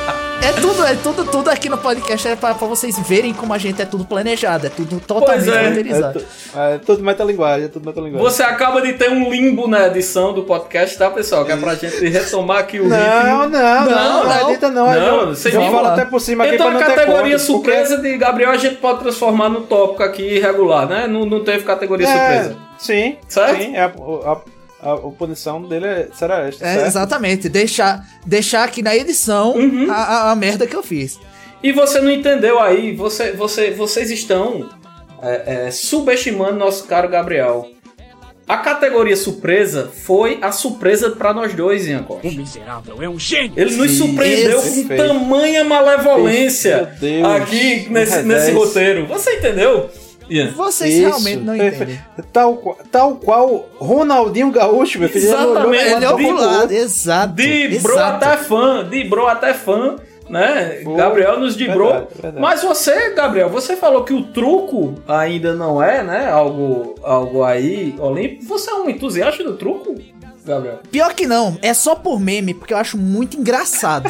[SPEAKER 7] É tudo, é tudo, tudo aqui no podcast é pra, pra vocês verem como a gente é tudo planejado, é tudo totalmente
[SPEAKER 6] é.
[SPEAKER 5] é,
[SPEAKER 7] roteirizado.
[SPEAKER 5] tu, é tudo metalinguagem, é tudo metalinguagem.
[SPEAKER 6] Você acaba de ter um limbo na edição do podcast, tá, pessoal? Que é pra gente retomar aqui o
[SPEAKER 5] Não, não,
[SPEAKER 6] ritmo.
[SPEAKER 5] não, não,
[SPEAKER 6] Não, não.
[SPEAKER 5] edita não.
[SPEAKER 6] Não,
[SPEAKER 5] eu
[SPEAKER 6] sem
[SPEAKER 5] eu
[SPEAKER 6] mim.
[SPEAKER 5] falo até por cima aqui
[SPEAKER 6] Então
[SPEAKER 5] pra
[SPEAKER 6] a
[SPEAKER 5] não ter
[SPEAKER 6] categoria
[SPEAKER 5] corte, porque-
[SPEAKER 6] surpresa de Gabriel a gente pode transformar no tópico aqui regular, né? Não, não teve categoria
[SPEAKER 5] É,
[SPEAKER 6] surpresa.
[SPEAKER 5] Sim,
[SPEAKER 6] Certo?
[SPEAKER 5] sim. é a, a, a, a punição dele é, será esta,
[SPEAKER 7] É,
[SPEAKER 5] certo?
[SPEAKER 7] exatamente. Deixar, deixar aqui na edição
[SPEAKER 6] Uhum.
[SPEAKER 7] a, a- a merda que eu fiz.
[SPEAKER 6] E você não entendeu aí, você, você, vocês estão é, é, subestimando nosso caro Gabriel. A categoria surpresa foi a surpresa pra nós dois, Ian Costa.
[SPEAKER 3] miserável é um gênio.
[SPEAKER 6] Ele nos
[SPEAKER 5] Sim,
[SPEAKER 6] surpreendeu
[SPEAKER 5] perfeito.
[SPEAKER 6] com tamanha malevolência
[SPEAKER 5] Meu Deus,
[SPEAKER 6] aqui nesse,
[SPEAKER 5] rapaz.
[SPEAKER 6] nesse roteiro. Você entendeu? Ian?
[SPEAKER 7] Vocês
[SPEAKER 5] Isso,
[SPEAKER 7] realmente não
[SPEAKER 5] perfeito.
[SPEAKER 7] entendem.
[SPEAKER 5] Tal, qua- tal qual Ronaldinho Gaúcho, meu filho.
[SPEAKER 6] Exatamente,
[SPEAKER 5] Ele
[SPEAKER 7] Ele é
[SPEAKER 5] olhou
[SPEAKER 6] de
[SPEAKER 5] pro lado,
[SPEAKER 7] oculado,
[SPEAKER 5] outro.
[SPEAKER 7] exato.
[SPEAKER 6] De bro
[SPEAKER 7] exato.
[SPEAKER 6] até fã, de bro até fã, né?
[SPEAKER 5] Foi.
[SPEAKER 6] Gabriel nos dibrou.
[SPEAKER 5] Verdade, verdade.
[SPEAKER 6] Mas você, Gabriel, você falou que o truco ainda não é, né? Algo, algo aí olímpico. Você é um entusiasta do truco, Gabriel?
[SPEAKER 7] Pior que não, é só por meme, porque eu acho
[SPEAKER 5] <laughs>
[SPEAKER 7] muito engraçado.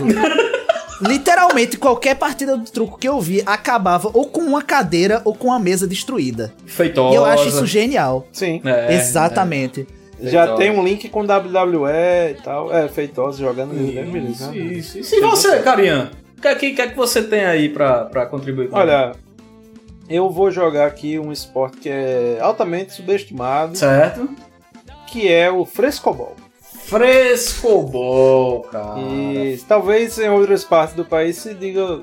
[SPEAKER 7] Literalmente, qualquer partida do truco que eu vi acabava ou com uma cadeira ou com uma mesa destruída.
[SPEAKER 6] Feitosa.
[SPEAKER 7] E eu acho isso genial.
[SPEAKER 5] Sim.
[SPEAKER 6] É,
[SPEAKER 7] Exatamente.
[SPEAKER 5] Já
[SPEAKER 6] Feitosa.
[SPEAKER 5] tem um link com WWE e tal. É, Feitosa jogando no Deus me
[SPEAKER 6] Isso,
[SPEAKER 5] livre, né?
[SPEAKER 6] isso, isso. E você, Carinha? O que, que, que é que você tem aí pra, pra contribuir com
[SPEAKER 5] Olha, eu vou jogar aqui um esporte que é altamente subestimado,
[SPEAKER 6] Certo?
[SPEAKER 5] que é o frescobol.
[SPEAKER 6] Frescobol, cara.
[SPEAKER 5] E talvez em outras partes do país se diga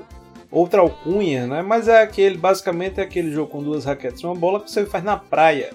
[SPEAKER 5] outra alcunha, né? Mas é aquele, basicamente é aquele jogo com duas raquetes e uma bola que você faz na praia.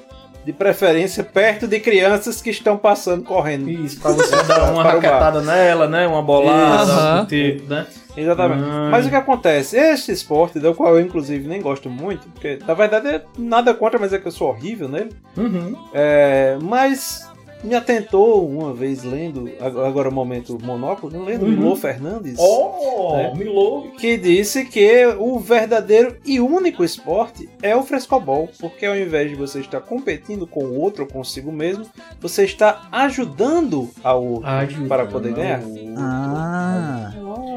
[SPEAKER 5] De preferência perto de crianças que estão passando correndo.
[SPEAKER 6] Isso, pra você
[SPEAKER 5] <laughs>
[SPEAKER 6] dar uma
[SPEAKER 5] Para o bar.
[SPEAKER 6] raquetada nela, né? Uma bolada,
[SPEAKER 7] Isso.
[SPEAKER 6] algo do tipo, né?
[SPEAKER 5] Exatamente.
[SPEAKER 6] Ai.
[SPEAKER 5] Mas o que acontece? Este esporte, do qual eu inclusive nem gosto muito, porque na verdade é nada contra, mas é que eu sou horrível nele.
[SPEAKER 6] Uhum.
[SPEAKER 5] É, mas me atentou uma vez lendo, ag- agora o momento monóculo, né? lendo
[SPEAKER 6] Uhum.
[SPEAKER 5] Milô Fernandes,
[SPEAKER 6] Oh,
[SPEAKER 5] É.
[SPEAKER 6] Milou.
[SPEAKER 5] que disse que o verdadeiro e único esporte é o frescobol, porque ao invés de você estar competindo com o outro ou consigo mesmo, você está ajudando ao outro para poder ganhar.
[SPEAKER 7] Ah.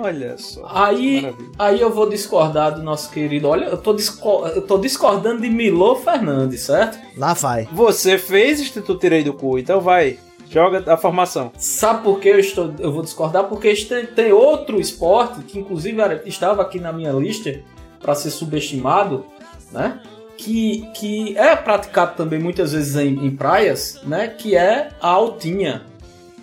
[SPEAKER 5] Olha só.
[SPEAKER 6] Ah, Aí-
[SPEAKER 5] maravilha.
[SPEAKER 6] Aí eu vou discordar do nosso querido. Olha, eu tô, disco- eu tô discordando de Milô Fernandes, certo?
[SPEAKER 7] Lá vai.
[SPEAKER 5] Você fez Instituto Tirei do Cu, então vai. Joga a formação.
[SPEAKER 6] Sabe por que eu, estou, eu vou discordar? Porque este- tem outro esporte que, inclusive, era- estava aqui na minha lista, para ser subestimado, né? Que, que é praticado também muitas vezes em, em praias, né? Que é a altinha,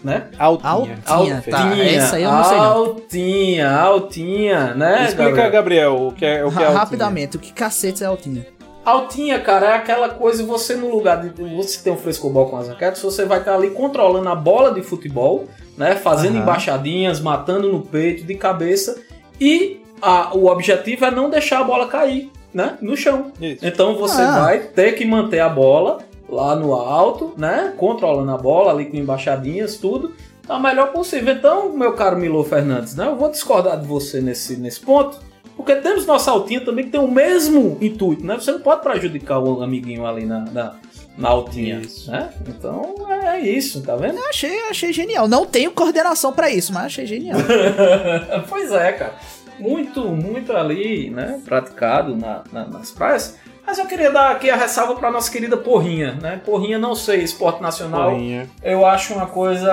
[SPEAKER 6] né?
[SPEAKER 5] Altinha.
[SPEAKER 7] Altinha, tá.
[SPEAKER 6] Altinha,
[SPEAKER 7] Essa aí eu não sei não.
[SPEAKER 6] Altinha, altinha, né?
[SPEAKER 5] Explica,
[SPEAKER 6] Gabriel?
[SPEAKER 5] Gabriel, o que é, o que é
[SPEAKER 7] Ra-
[SPEAKER 5] altinha.
[SPEAKER 7] Rapidamente, o que cacete é altinha?
[SPEAKER 6] Altinha, cara, é aquela coisa, você no lugar de você tem um frescobol com as raquetes, você vai estar ali controlando a bola de futebol, né? Fazendo
[SPEAKER 5] Aham.
[SPEAKER 6] embaixadinhas, matando no peito, de cabeça, e a- o objetivo é não deixar a bola cair, né? No chão.
[SPEAKER 5] Isso.
[SPEAKER 6] Então você
[SPEAKER 7] Ah.
[SPEAKER 6] vai ter que manter a bola lá no alto, né? Controlando a bola ali com embaixadinhas, tudo. Da melhor possível. Então, meu caro Milo Fernandes, né? Eu vou discordar de você nesse, nesse ponto. Porque temos nossa altinha também que tem o mesmo intuito, né? Você não pode prejudicar o amiguinho ali na, na, na altinha, né? Então é isso, tá vendo?
[SPEAKER 7] Eu achei, achei genial. Não tenho coordenação pra isso, mas achei genial.
[SPEAKER 6] <laughs> pois é, cara. Muito, muito ali, né? Praticado na- na- nas praias. Mas eu queria dar aqui a ressalva para nossa querida Porrinha, né? Porrinha não sei, esporte nacional.
[SPEAKER 5] Altinha.
[SPEAKER 6] eu acho uma coisa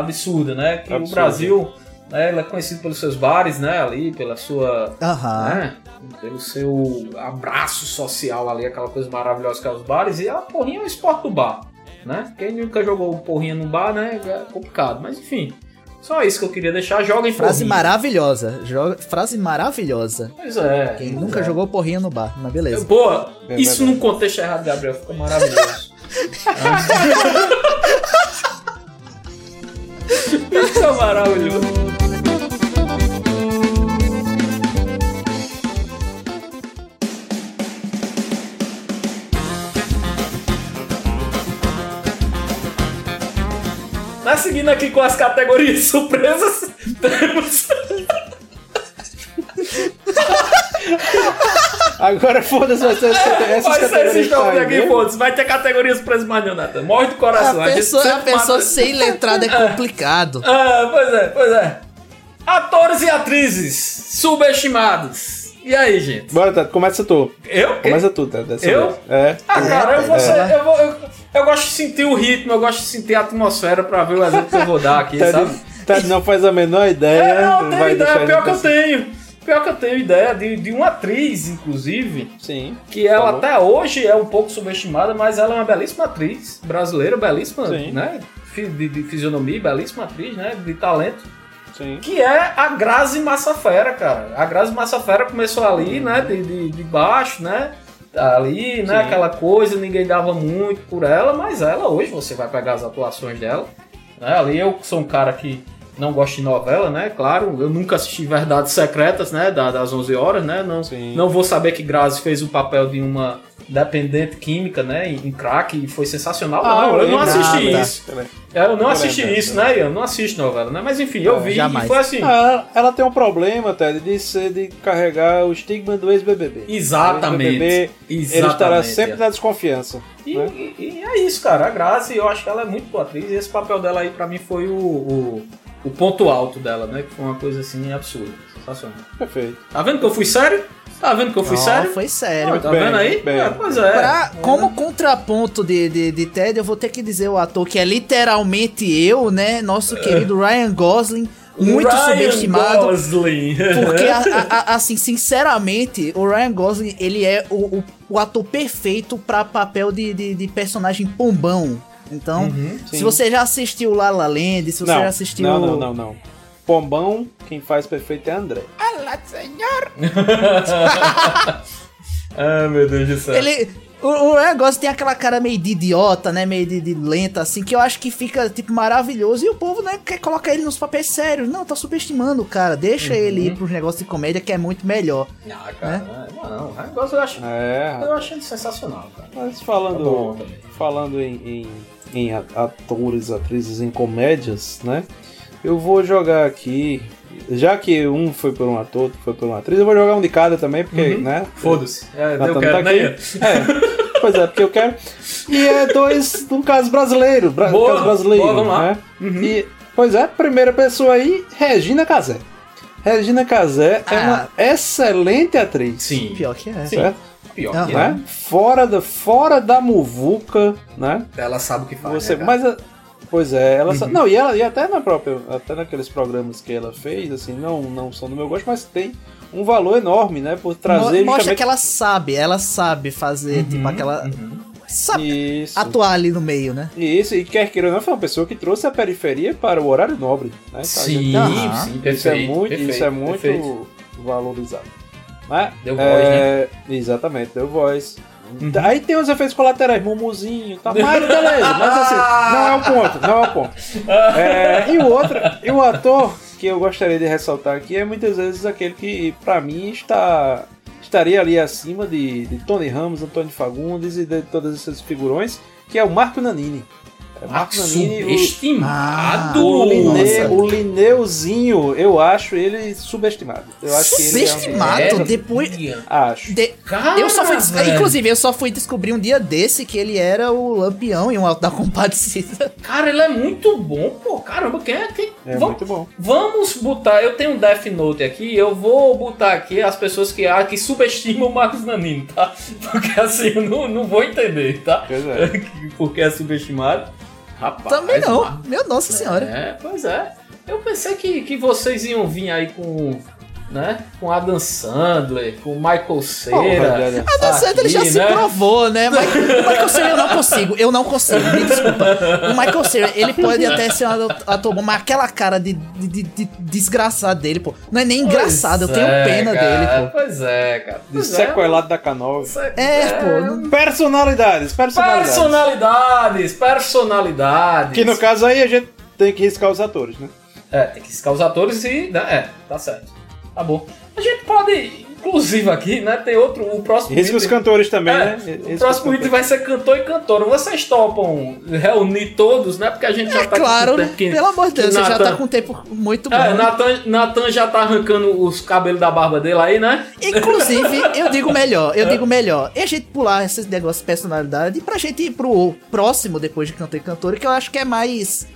[SPEAKER 6] absurda, né? Que
[SPEAKER 5] Absurda.
[SPEAKER 6] o Brasil, né, ele é conhecido pelos seus bares, né? Ali, pela sua.
[SPEAKER 7] Aham.
[SPEAKER 6] né, pelo seu abraço social ali, aquela coisa maravilhosa que é os bares. E a porrinha é o esporte do bar, né? Quem nunca jogou porrinha no bar, né? É complicado, mas enfim. Só isso que eu queria deixar. Joga em
[SPEAKER 7] Frase
[SPEAKER 6] porrinha.
[SPEAKER 7] maravilhosa. Joga- Frase maravilhosa.
[SPEAKER 6] Pois é.
[SPEAKER 7] Quem
[SPEAKER 6] pois
[SPEAKER 7] nunca
[SPEAKER 6] é.
[SPEAKER 7] jogou porrinha no bar, mas beleza.
[SPEAKER 6] Boa,
[SPEAKER 5] É
[SPEAKER 6] isso
[SPEAKER 5] verdade.
[SPEAKER 6] num contexto errado, Gabriel, fica
[SPEAKER 5] <laughs>
[SPEAKER 6] maravilhoso. fica maravilhoso. Mas Tá seguindo aqui com as categorias <laughs> de surpresas, temos.
[SPEAKER 5] Agora foda-se, vai ser essa- essas
[SPEAKER 6] <laughs> Vai ser
[SPEAKER 5] categorias
[SPEAKER 6] esse
[SPEAKER 5] de
[SPEAKER 6] jogo
[SPEAKER 5] time
[SPEAKER 6] aqui,
[SPEAKER 5] mesmo.
[SPEAKER 6] foda-se. Vai ter categorias surpresas mais Leonardo. Morre do coração.
[SPEAKER 7] A
[SPEAKER 6] gente
[SPEAKER 7] pessoa, a
[SPEAKER 6] sempre
[SPEAKER 7] pessoa
[SPEAKER 6] mata-
[SPEAKER 7] sem
[SPEAKER 6] <laughs>
[SPEAKER 7] letrada é complicado.
[SPEAKER 6] Ah, pois é, pois é. Atores e atrizes subestimados. E aí, gente?
[SPEAKER 5] Bora, Tato, começa tu.
[SPEAKER 6] Eu?
[SPEAKER 5] Começa tu, Tato, dessa
[SPEAKER 6] Eu?
[SPEAKER 5] vez. É.
[SPEAKER 6] Ah, cara, eu, vou
[SPEAKER 5] É.
[SPEAKER 6] ser- eu, vou- eu- eu gosto de sentir o ritmo, eu gosto de sentir a atmosfera pra ver o exemplo que eu vou dar aqui,
[SPEAKER 5] Tato,
[SPEAKER 6] sabe?
[SPEAKER 5] Tato não faz a menor ideia.
[SPEAKER 6] É, não, eu tenho
[SPEAKER 5] Tá vai
[SPEAKER 6] ideia,
[SPEAKER 5] deixar assim.
[SPEAKER 6] pior
[SPEAKER 5] ele
[SPEAKER 6] que eu
[SPEAKER 5] passar.
[SPEAKER 6] tenho. Pior que eu tenho ideia de, de uma atriz, inclusive,
[SPEAKER 5] Sim.
[SPEAKER 6] que ela
[SPEAKER 5] Tá bom.
[SPEAKER 6] até hoje é um pouco subestimada, mas ela é uma belíssima atriz brasileira, belíssima,
[SPEAKER 5] Sim.
[SPEAKER 6] né? Fi- De, de fisionomia, belíssima atriz, né? De talento.
[SPEAKER 5] Sim.
[SPEAKER 6] Que é a Grazi Massafera, cara. A Grazi Massafera começou ali, né? De, de, de baixo, né? Ali, né?
[SPEAKER 5] Uhum. Sim.
[SPEAKER 6] Aquela coisa, ninguém dava muito por ela, mas ela hoje você vai pegar as atuações dela. Né? Ali eu sou um cara que não gosto de novela, né? Claro, eu nunca assisti Verdades Secretas, né? da- Das 11 horas, né? Não,
[SPEAKER 5] Sim.
[SPEAKER 6] não vou saber que Grazi fez o papel de uma dependente química, né? Em, em crack e foi sensacional. não, eu
[SPEAKER 5] lembro.
[SPEAKER 6] não assisti
[SPEAKER 5] Ah, tá.
[SPEAKER 6] isso. Eu não
[SPEAKER 5] Eu
[SPEAKER 6] assisti
[SPEAKER 5] lembro,
[SPEAKER 6] isso, né, Ian? Não assisto novela, né? Mas enfim, eu
[SPEAKER 7] É,
[SPEAKER 6] vi
[SPEAKER 7] jamais.
[SPEAKER 6] e foi assim.
[SPEAKER 5] Ah, ela tem um problema, Ted, de, ser, de carregar o estigma do ex-BBB.
[SPEAKER 6] Exatamente.
[SPEAKER 5] O BBB, Ele estará
[SPEAKER 6] Exatamente.
[SPEAKER 5] sempre na desconfiança.
[SPEAKER 6] E,
[SPEAKER 5] né?
[SPEAKER 6] e- e é isso, cara. A Grazi, eu acho que ela é muito boa atriz. E esse papel dela aí, pra mim, foi o, o, o ponto alto dela, né? Que foi uma coisa assim absurda. Sensacional.
[SPEAKER 5] Perfeito.
[SPEAKER 6] Tá vendo que eu fui sério? Tá vendo que eu fui
[SPEAKER 7] Ó,
[SPEAKER 6] sério?
[SPEAKER 7] Foi
[SPEAKER 6] Ó,
[SPEAKER 7] sério.
[SPEAKER 6] tá
[SPEAKER 5] Bem,
[SPEAKER 6] vendo aí?
[SPEAKER 5] bem.
[SPEAKER 6] É, pois é.
[SPEAKER 7] Pra- como contraponto de, de, de Ted, eu vou ter que dizer o ator que é literalmente eu, né? Nosso querido Ryan Gosling, muito
[SPEAKER 6] É. Ryan
[SPEAKER 7] subestimado.
[SPEAKER 6] Gosling.
[SPEAKER 7] Porque, a- a- a- assim, sinceramente, o Ryan Gosling, ele é o, o, o ator perfeito pra papel de, de, de personagem pombão. Então, se
[SPEAKER 5] Uhum, sim.
[SPEAKER 7] você já assistiu La La Land, se você
[SPEAKER 5] não,
[SPEAKER 7] já assistiu...
[SPEAKER 5] não, não, não, não. Pombão, quem faz perfeito é André. Ah,
[SPEAKER 6] Ai, meu Deus do
[SPEAKER 5] Tá.
[SPEAKER 6] céu.
[SPEAKER 7] Ele... O, o Ryan Gosling tem aquela cara meio de idiota, né? Meio de, de lenta, assim, que eu acho que fica, tipo, maravilhoso. E o povo, né, quer colocar ele nos papéis sérios. Não, tá subestimando o cara. Deixa
[SPEAKER 5] Uhum.
[SPEAKER 7] ele ir pros negócios de comédia, que é muito melhor.
[SPEAKER 6] Ah, cara,
[SPEAKER 7] Né?
[SPEAKER 6] não, o negócio eu acho.
[SPEAKER 5] É,
[SPEAKER 6] Eu
[SPEAKER 5] rapaz.
[SPEAKER 6] achei sensacional, cara.
[SPEAKER 5] mas
[SPEAKER 6] Tá bom
[SPEAKER 5] falando,
[SPEAKER 6] também.
[SPEAKER 5] falando em, em, em a- atores, atrizes em comédias, né? Eu vou jogar aqui. Já que um foi por um ator, outro foi por uma atriz, eu vou jogar um de cada também, porque, né?
[SPEAKER 6] Foda-se. É,
[SPEAKER 5] Nathan
[SPEAKER 6] Uhum.
[SPEAKER 5] tá
[SPEAKER 6] eu quero, né,
[SPEAKER 5] aqui.
[SPEAKER 6] Ian?
[SPEAKER 5] É. Pois é, porque eu quero. E é dois de um caso brasileiro. Bra
[SPEAKER 6] Boa,
[SPEAKER 5] caso brasileiro.
[SPEAKER 6] boa, vamos lá. Uhum.
[SPEAKER 5] Né? E, pois é, primeira pessoa aí, Regina Casé. Regina Casé é uma excelente atriz.
[SPEAKER 6] Sim.
[SPEAKER 7] Pior que é.
[SPEAKER 6] Sim.
[SPEAKER 5] Certo?
[SPEAKER 6] Pior
[SPEAKER 7] Aham.
[SPEAKER 6] que é.
[SPEAKER 5] Né? Fora, da, fora da muvuca, né?
[SPEAKER 6] é. Ela sabe o que faz.
[SPEAKER 5] Você,
[SPEAKER 6] né, cara?
[SPEAKER 5] mas a- Pois é, ela sa- não e ela e até na própria, até naqueles programas que ela fez, assim, não não são do meu gosto, mas tem um valor enorme, né, por trazer
[SPEAKER 7] Mo- Mostra
[SPEAKER 5] justamente Uhum,
[SPEAKER 7] que ela sabe, ela sabe fazer, tipo, aquela.
[SPEAKER 6] Uhum.
[SPEAKER 7] Sabe
[SPEAKER 5] isso.
[SPEAKER 7] atuar ali no meio, né?
[SPEAKER 5] E isso, e quer queira ou não, foi uma pessoa que trouxe a periferia para o horário nobre,
[SPEAKER 6] Então,
[SPEAKER 5] né? Tá, gente?
[SPEAKER 6] Sim,
[SPEAKER 7] Aham.
[SPEAKER 6] sim,
[SPEAKER 5] isso é
[SPEAKER 6] perfeito,
[SPEAKER 5] muito,
[SPEAKER 6] perfeito,
[SPEAKER 5] isso é muito
[SPEAKER 6] perfeito.
[SPEAKER 5] valorizado. Né?
[SPEAKER 6] Deu Uhum.
[SPEAKER 5] É, Exatamente, deu voz. Tá, Aí tem os efeitos colaterais, mumuzinho, tá, mas beleza, mas assim, não é o ponto, não é o ponto.
[SPEAKER 6] <laughs>
[SPEAKER 5] É, e o outro, e o ator que eu gostaria de ressaltar aqui é muitas vezes aquele que, pra mim, está estaria ali acima de, de Tony Ramos, Antônio Fagundes e de todos esses figurões, que é o Marco Nanini. É, Marco
[SPEAKER 6] um
[SPEAKER 5] Nanini, o-
[SPEAKER 6] Subestimado!
[SPEAKER 5] o, Lineu,
[SPEAKER 7] Nossa.
[SPEAKER 5] o Lineuzinho, eu acho ele subestimado. Eu acho que ele é um-
[SPEAKER 7] Subestimado?
[SPEAKER 6] Era,
[SPEAKER 7] depois-
[SPEAKER 6] minha.
[SPEAKER 5] Acho.
[SPEAKER 7] De-
[SPEAKER 6] Cara,
[SPEAKER 7] eu só fui. des-
[SPEAKER 6] Ah, velho.
[SPEAKER 7] Inclusive, eu só fui descobrir um dia desse que ele era o lampião em um alto da compadecida.
[SPEAKER 6] Cara, ele é muito bom, pô. Caramba, quem é? Quem...
[SPEAKER 5] É
[SPEAKER 6] Vam-
[SPEAKER 5] muito bom.
[SPEAKER 6] Vamos botar. Eu tenho um Death Note aqui. Eu vou botar aqui as pessoas que, ah, que subestimam o Marcos Nanini, tá? <laughs> Porque assim, eu não, não vou entender, tá?
[SPEAKER 5] Pois é.
[SPEAKER 6] <laughs> Porque é subestimado. Rapaz.
[SPEAKER 7] Também não.
[SPEAKER 6] Marcos-
[SPEAKER 7] Meu Nossa Senhora.
[SPEAKER 6] É, pois é. Eu pensei que, que vocês iam vir aí com. Né? Com Adam Sandler, com Michael
[SPEAKER 5] Porra,
[SPEAKER 6] Cera.
[SPEAKER 5] velho.
[SPEAKER 7] Ah, tá certo, ele já
[SPEAKER 6] Aqui,
[SPEAKER 7] se
[SPEAKER 6] né?
[SPEAKER 7] provou, né? Mas o Michael Cera eu não consigo, eu não consigo, me desculpa. O Michael Cera, ele pode até ser um ator bom, mas aquela cara de, de, de- de desgraçado dele, pô. Não é nem engraçado, eu
[SPEAKER 6] Pois
[SPEAKER 7] tenho
[SPEAKER 6] é,
[SPEAKER 7] pena
[SPEAKER 6] cara,
[SPEAKER 7] dele, pô.
[SPEAKER 6] Pois é, cara.
[SPEAKER 5] De
[SPEAKER 6] Pois é.
[SPEAKER 5] sequelado da Canova.
[SPEAKER 7] É, pô. não-
[SPEAKER 5] Personalidades, personalidades.
[SPEAKER 6] Personalidades, personalidades.
[SPEAKER 5] Que no caso aí a gente tem que riscar os atores, né?
[SPEAKER 6] É, tem que ficar os atores e. né, É, tá certo. Tá bom. A gente pode, inclusive aqui, né? Tem outro. O próximo
[SPEAKER 5] Risca os
[SPEAKER 6] item-
[SPEAKER 5] cantores também,
[SPEAKER 6] É,
[SPEAKER 5] né? Risca
[SPEAKER 6] o
[SPEAKER 5] os
[SPEAKER 6] próximo
[SPEAKER 5] cantores.
[SPEAKER 6] item vai ser cantor e cantora. Vocês topam reunir todos, né? Porque a gente já
[SPEAKER 7] É
[SPEAKER 6] tá
[SPEAKER 7] claro,
[SPEAKER 6] com o tempo que,
[SPEAKER 7] pelo amor de Deus,
[SPEAKER 6] que
[SPEAKER 7] você já
[SPEAKER 6] Nathan-
[SPEAKER 7] tá com um tempo muito bom.
[SPEAKER 6] É, Natan, Natan já tá arrancando os cabelos da barba dele aí, né?
[SPEAKER 7] Inclusive, eu digo melhor, eu digo melhor. E a gente pular esses negócios de personalidade pra gente ir pro próximo depois de cantor e cantora, que eu acho que é mais.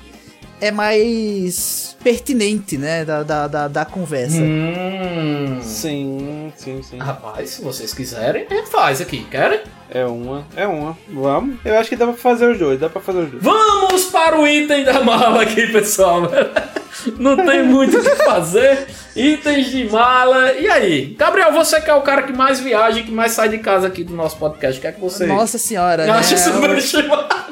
[SPEAKER 7] É mais pertinente, né? Da, da, da, da conversa.
[SPEAKER 6] Hum.
[SPEAKER 5] Sim, sim, sim.
[SPEAKER 6] Rapaz, se vocês quiserem, a gente faz aqui, querem?
[SPEAKER 5] É uma, é uma. Vamos. Eu acho que dá pra fazer os dois, dá pra fazer os dois.
[SPEAKER 6] Vamos para o item da mala aqui, pessoal. <laughs> Não tem muito o que fazer. Itens de mala. E aí? Gabriel, você que é o cara que mais viaja, e que mais sai de casa aqui do nosso podcast. O que é que você
[SPEAKER 7] Nossa senhora, né?
[SPEAKER 6] acha subestimado?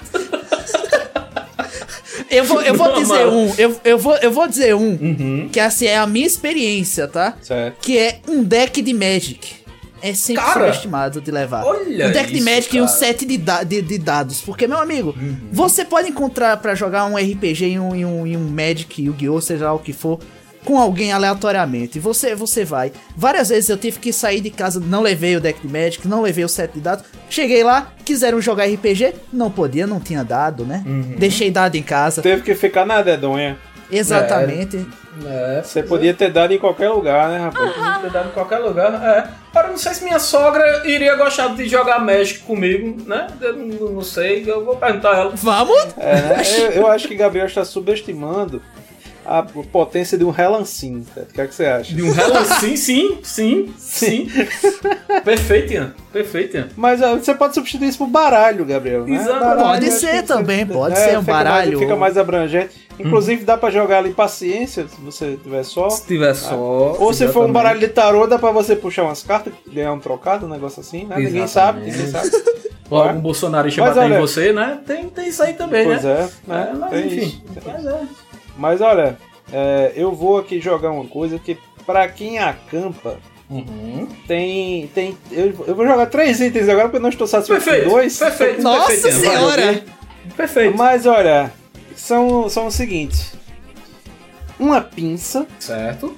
[SPEAKER 7] eu vou, eu vou
[SPEAKER 6] Não,
[SPEAKER 7] dizer
[SPEAKER 6] mano.
[SPEAKER 7] um, eu, eu, vou, eu vou dizer um,
[SPEAKER 6] Uhum.
[SPEAKER 7] que assim é a minha experiência, tá?
[SPEAKER 5] Certo.
[SPEAKER 7] Que é um deck de Magic. É sempre
[SPEAKER 6] Cara,
[SPEAKER 7] subestimado de levar.
[SPEAKER 6] olha
[SPEAKER 7] um deck de
[SPEAKER 6] isso,
[SPEAKER 7] Magic e um
[SPEAKER 6] cara. Uhum.
[SPEAKER 7] set de, da- de, de dados. Porque, meu amigo, você pode encontrar pra jogar um RPG e um, e um, e um Magic, Yu-Gi-Oh!, seja lá o que for, com alguém aleatoriamente. Você, você vai. Várias vezes eu tive que sair de casa, não levei o deck de Magic, não levei o set de dados. Cheguei lá, quiseram jogar RPG, não podia, não tinha dado, né?
[SPEAKER 6] Uhum.
[SPEAKER 7] Deixei dado em casa.
[SPEAKER 5] Teve que ficar na dedonha.
[SPEAKER 7] Exatamente.
[SPEAKER 6] É,
[SPEAKER 5] Você podia ter dado em qualquer lugar, né, rapaz?
[SPEAKER 6] em qualquer lugar. É. Agora, não sei se minha sogra iria gostar de jogar Magic comigo, né? Eu não não sei. Eu vou perguntar a ela.
[SPEAKER 7] Vamos?
[SPEAKER 5] É, né? eu, eu acho que Gabriel está subestimando a potência de um relancinho. cara. O que é que você acha?
[SPEAKER 6] De um relance. sim, sim, sim, sim. <laughs> Perfeito, Ian. Perfeito, Ian.
[SPEAKER 5] Mas ah, você pode substituir isso por baralho, Gabriel. Né?
[SPEAKER 6] Exato.
[SPEAKER 5] Baralho,
[SPEAKER 7] Pode
[SPEAKER 5] eu acho
[SPEAKER 7] ser
[SPEAKER 5] que
[SPEAKER 7] também, pode
[SPEAKER 5] é,
[SPEAKER 7] ser um
[SPEAKER 5] fica mais-
[SPEAKER 7] baralho.
[SPEAKER 5] fica mais abrangente. Inclusive, dá pra jogar ali paciência, se você tiver só.
[SPEAKER 6] Se tiver só.
[SPEAKER 5] tá. Ou se for um
[SPEAKER 6] exatamente.
[SPEAKER 5] baralho de tarô, dá pra você puxar umas cartas, ganhar um trocado, um negócio assim, né? Ninguém sabe,
[SPEAKER 6] Exatamente.
[SPEAKER 5] ninguém sabe.
[SPEAKER 6] Ou algum bolsonarista
[SPEAKER 5] Mas
[SPEAKER 6] bater em
[SPEAKER 5] olha-
[SPEAKER 6] você, né? Tem, <laughs> tem isso aí também,
[SPEAKER 5] pois
[SPEAKER 6] né?
[SPEAKER 5] é, né?
[SPEAKER 6] mas
[SPEAKER 5] Tem
[SPEAKER 6] enfim.
[SPEAKER 5] isso.
[SPEAKER 6] Mas é.
[SPEAKER 5] Mas olha, é, eu vou aqui jogar uma coisa que pra quem acampa
[SPEAKER 6] Uhum.
[SPEAKER 5] tem. tem eu, eu vou jogar três itens agora porque eu não estou satisfeito
[SPEAKER 6] Perfeito,
[SPEAKER 5] com dois.
[SPEAKER 6] perfeito.
[SPEAKER 7] Nossa
[SPEAKER 6] Perfeito, Ian.
[SPEAKER 7] senhora!
[SPEAKER 6] Perfeito.
[SPEAKER 5] Mas olha, são, são o seguinte: uma pinça,
[SPEAKER 6] Certo,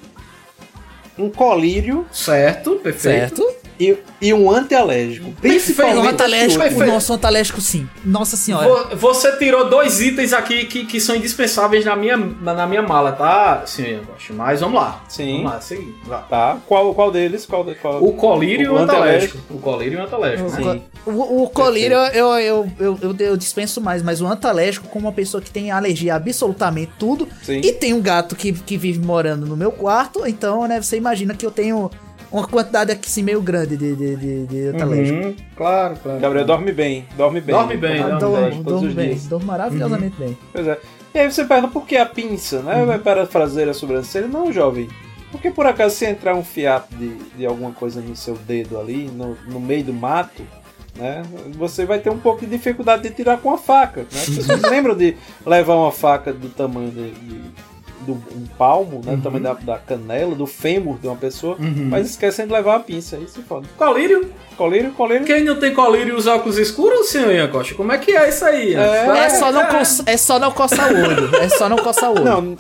[SPEAKER 5] um colírio
[SPEAKER 6] certo, perfeito.
[SPEAKER 7] Certo?
[SPEAKER 5] e, e um antialérgico. Principalmente.
[SPEAKER 7] O antalérgico,
[SPEAKER 5] esse
[SPEAKER 7] o
[SPEAKER 5] último.
[SPEAKER 7] nosso antalérgico sim. Nossa senhora.
[SPEAKER 6] Vo- Você tirou dois itens aqui que, que são indispensáveis na minha, na, na minha mala, tá? Sim, eu gosto. Mas vamos lá.
[SPEAKER 5] Sim.
[SPEAKER 6] Vamos lá, seguir. Vá.
[SPEAKER 5] Tá. Qual, qual deles? Qual, qual...
[SPEAKER 6] O colírio e o
[SPEAKER 5] O Uhum.
[SPEAKER 6] antalérgico. O colírio e o antalérgico. né?
[SPEAKER 5] Sim.
[SPEAKER 7] O, o colírio eu, eu, eu, eu, eu dispenso mais, mas o antalérgico, como uma pessoa que tem alergia a absolutamente tudo,
[SPEAKER 5] Sim.
[SPEAKER 7] e tem um gato que, que vive morando no meu quarto, então, né, você imagina que eu tenho uma quantidade aqui, assim, meio grande de, de, de, de
[SPEAKER 5] Uhum.
[SPEAKER 7] talento.
[SPEAKER 6] Claro, claro.
[SPEAKER 5] Gabriel dorme bem, dorme bem.
[SPEAKER 6] Dorme bem,
[SPEAKER 5] Todos
[SPEAKER 6] dorme
[SPEAKER 5] os
[SPEAKER 7] Ah, Dormo,
[SPEAKER 5] dias, todos
[SPEAKER 7] dormo
[SPEAKER 5] os
[SPEAKER 7] bem,
[SPEAKER 5] dias.
[SPEAKER 7] dormo maravilhosamente bem.
[SPEAKER 5] Pois é. E aí você pergunta por que a pinça, né? Vai para fazer a sobrancelha? Não, jovem. Porque por acaso se entrar um fiapo de, de alguma coisa no seu dedo ali, no, no meio do mato, né? Você vai ter um pouco de dificuldade de tirar com a faca. Né? As pessoas lembram de levar uma faca do tamanho de, de- do um palmo, né? Do tamanho da, da canela, do fêmur de uma pessoa, mas esquecem de levar a pinça. Aí se foda.
[SPEAKER 6] Colírio?
[SPEAKER 5] Colírio, colírio.
[SPEAKER 6] Quem não tem colírio usa óculos escuros, senhor Ian Costa? Como é que é isso aí? Ian?
[SPEAKER 5] É.
[SPEAKER 7] É só, não coça- é só não coçar o olho. É só não coçar o olho.
[SPEAKER 5] Não,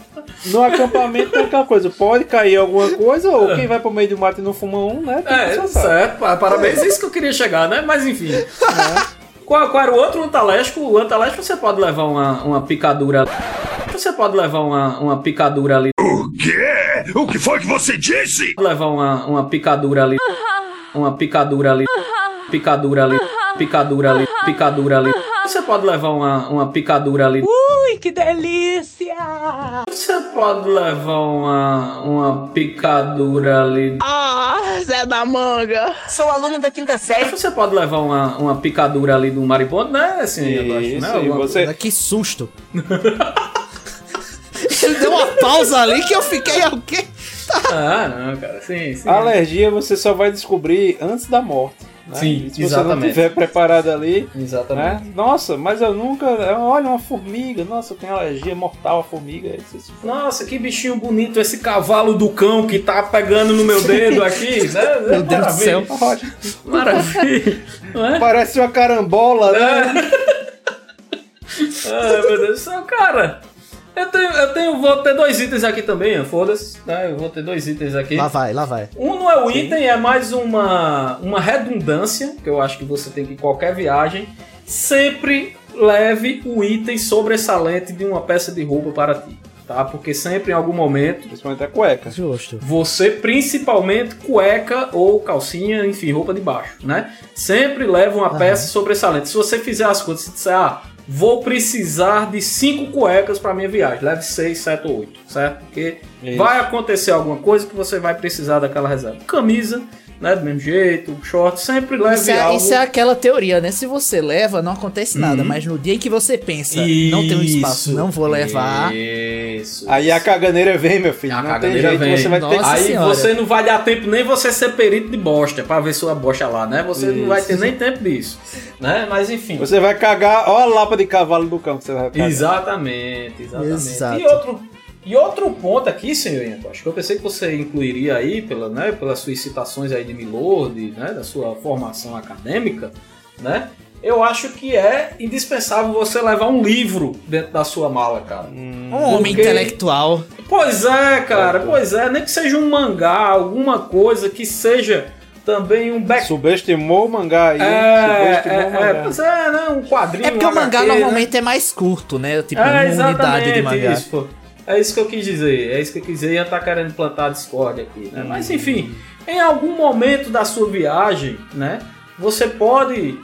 [SPEAKER 5] no acampamento é aquela coisa, pode cair alguma coisa, ou quem vai pro meio do mato e não fuma um, né? tem que
[SPEAKER 6] É,
[SPEAKER 5] soltar.
[SPEAKER 6] certo, pa- parabéns, é isso que eu queria chegar, né? Mas enfim.
[SPEAKER 7] É.
[SPEAKER 6] Qual, qual era o outro antalésco? O antalésco você pode levar uma, uma picadura. Você pode levar uma, uma picadura ali.
[SPEAKER 9] O que foi que você disse?
[SPEAKER 6] Pode levar uma, uma picadura ali. Uma picadura ali. Picadura ali. Picadura ali. Picadura ali. Você pode levar uma, uma picadura ali.
[SPEAKER 10] Ui, que delícia!
[SPEAKER 6] Você pode levar uma, uma picadura ali.
[SPEAKER 10] Ah, Zé da Manga! Sou aluno da quinta série.
[SPEAKER 6] Você pode levar uma, uma picadura ali do maribondo, né? Assim, eu acho,
[SPEAKER 5] Isso,
[SPEAKER 6] né?
[SPEAKER 5] e
[SPEAKER 6] Alguma
[SPEAKER 5] você,
[SPEAKER 7] Que susto. <laughs> Ele deu uma pausa ali que eu fiquei é o quê?
[SPEAKER 6] Ah, não, cara. Sim, sim.
[SPEAKER 5] a alergia você só vai descobrir antes da morte. né?
[SPEAKER 6] Sim,
[SPEAKER 5] E se você não
[SPEAKER 6] exatamente.
[SPEAKER 5] estiver preparado ali,
[SPEAKER 6] Exatamente.
[SPEAKER 5] né? Nossa, mas eu nunca. é, Olha, uma formiga, nossa, eu tenho alergia mortal à formiga. Aí você se fode.
[SPEAKER 6] Nossa, que bichinho bonito esse cavalo do cão que tá pegando no meu dedo aqui. né?
[SPEAKER 7] <laughs> Meu Deus do
[SPEAKER 6] <laughs>
[SPEAKER 7] céu.
[SPEAKER 5] Olha,
[SPEAKER 6] Maravilha. Não
[SPEAKER 7] <laughs>
[SPEAKER 6] é?
[SPEAKER 5] Parece uma carambola, né?
[SPEAKER 6] Ai, meu Deus do céu, cara. Eu tenho, eu tenho, vou ter dois itens aqui também, foda-se. né? Eu vou ter dois itens aqui.
[SPEAKER 7] Lá vai, lá vai.
[SPEAKER 6] Um não é o item, é mais uma, uma redundância, que eu acho que você tem que em qualquer viagem. Sempre leve o item sobressalente de uma peça de roupa para ti, tá? Porque sempre em algum momento
[SPEAKER 5] Principalmente a cueca.
[SPEAKER 7] Justo.
[SPEAKER 6] Você, principalmente cueca ou calcinha, enfim, roupa de baixo, né? Sempre leva uma peça sobressalente. Se você fizer as contas e disser, ah, vou precisar de cinco cuecas para minha viagem, leve seis, sete ou oito, certo? Porque
[SPEAKER 5] Isso.
[SPEAKER 6] vai acontecer alguma coisa que você vai precisar daquela reserva. Camisa, né? Do mesmo jeito, short, sempre leve
[SPEAKER 7] Isso é,
[SPEAKER 6] algo.
[SPEAKER 7] isso é aquela teoria, né? Se você leva, não acontece nada. Mas no dia em que você pensa, não tem um espaço,
[SPEAKER 6] Isso. É.
[SPEAKER 7] não vou levar.
[SPEAKER 6] Isso.
[SPEAKER 5] Aí a caganeira vem, meu filho.
[SPEAKER 6] A
[SPEAKER 5] não tem
[SPEAKER 6] caganeira
[SPEAKER 5] jeito,
[SPEAKER 6] vem.
[SPEAKER 5] você vai ter
[SPEAKER 7] Nossa
[SPEAKER 6] Aí
[SPEAKER 7] senhora.
[SPEAKER 6] você não vai dar tempo nem você ser perito de bosta pra ver sua bosta lá, né? Você não vai ter nem tempo disso, né? Mas enfim.
[SPEAKER 5] Você vai cagar, ó a lapa de cavalo do campo, você vai cagar.
[SPEAKER 6] Exatamente, exatamente.
[SPEAKER 7] Exato.
[SPEAKER 6] E outro e outro ponto aqui, senhor Ianto, acho que eu pensei que você incluiria aí pela, né, pelas suas citações aí de Milord, né, da sua formação acadêmica, né? Eu acho que é indispensável você levar um livro dentro da sua mala, cara.
[SPEAKER 7] Um homem
[SPEAKER 6] porque-
[SPEAKER 7] intelectual.
[SPEAKER 6] Pois é, cara, pois é, nem que seja um mangá, alguma coisa que seja também um back
[SPEAKER 5] Subestimou o mangá aí.
[SPEAKER 6] É,
[SPEAKER 5] subestimou o
[SPEAKER 6] é, é,
[SPEAKER 5] mangá.
[SPEAKER 6] pois é, né? Um quadrinho.
[SPEAKER 7] É porque
[SPEAKER 6] um
[SPEAKER 7] o mangá
[SPEAKER 6] HQ, né?
[SPEAKER 7] normalmente é mais curto, né? Tipo,
[SPEAKER 6] é,
[SPEAKER 7] uma unidade de mangá.
[SPEAKER 6] Isso, pô. É isso que eu quis dizer. É isso que eu quis dizer. Ia estar querendo plantar a discórdia aqui, né?
[SPEAKER 7] Hum.
[SPEAKER 6] Mas enfim, em algum momento da sua viagem, né? Você pode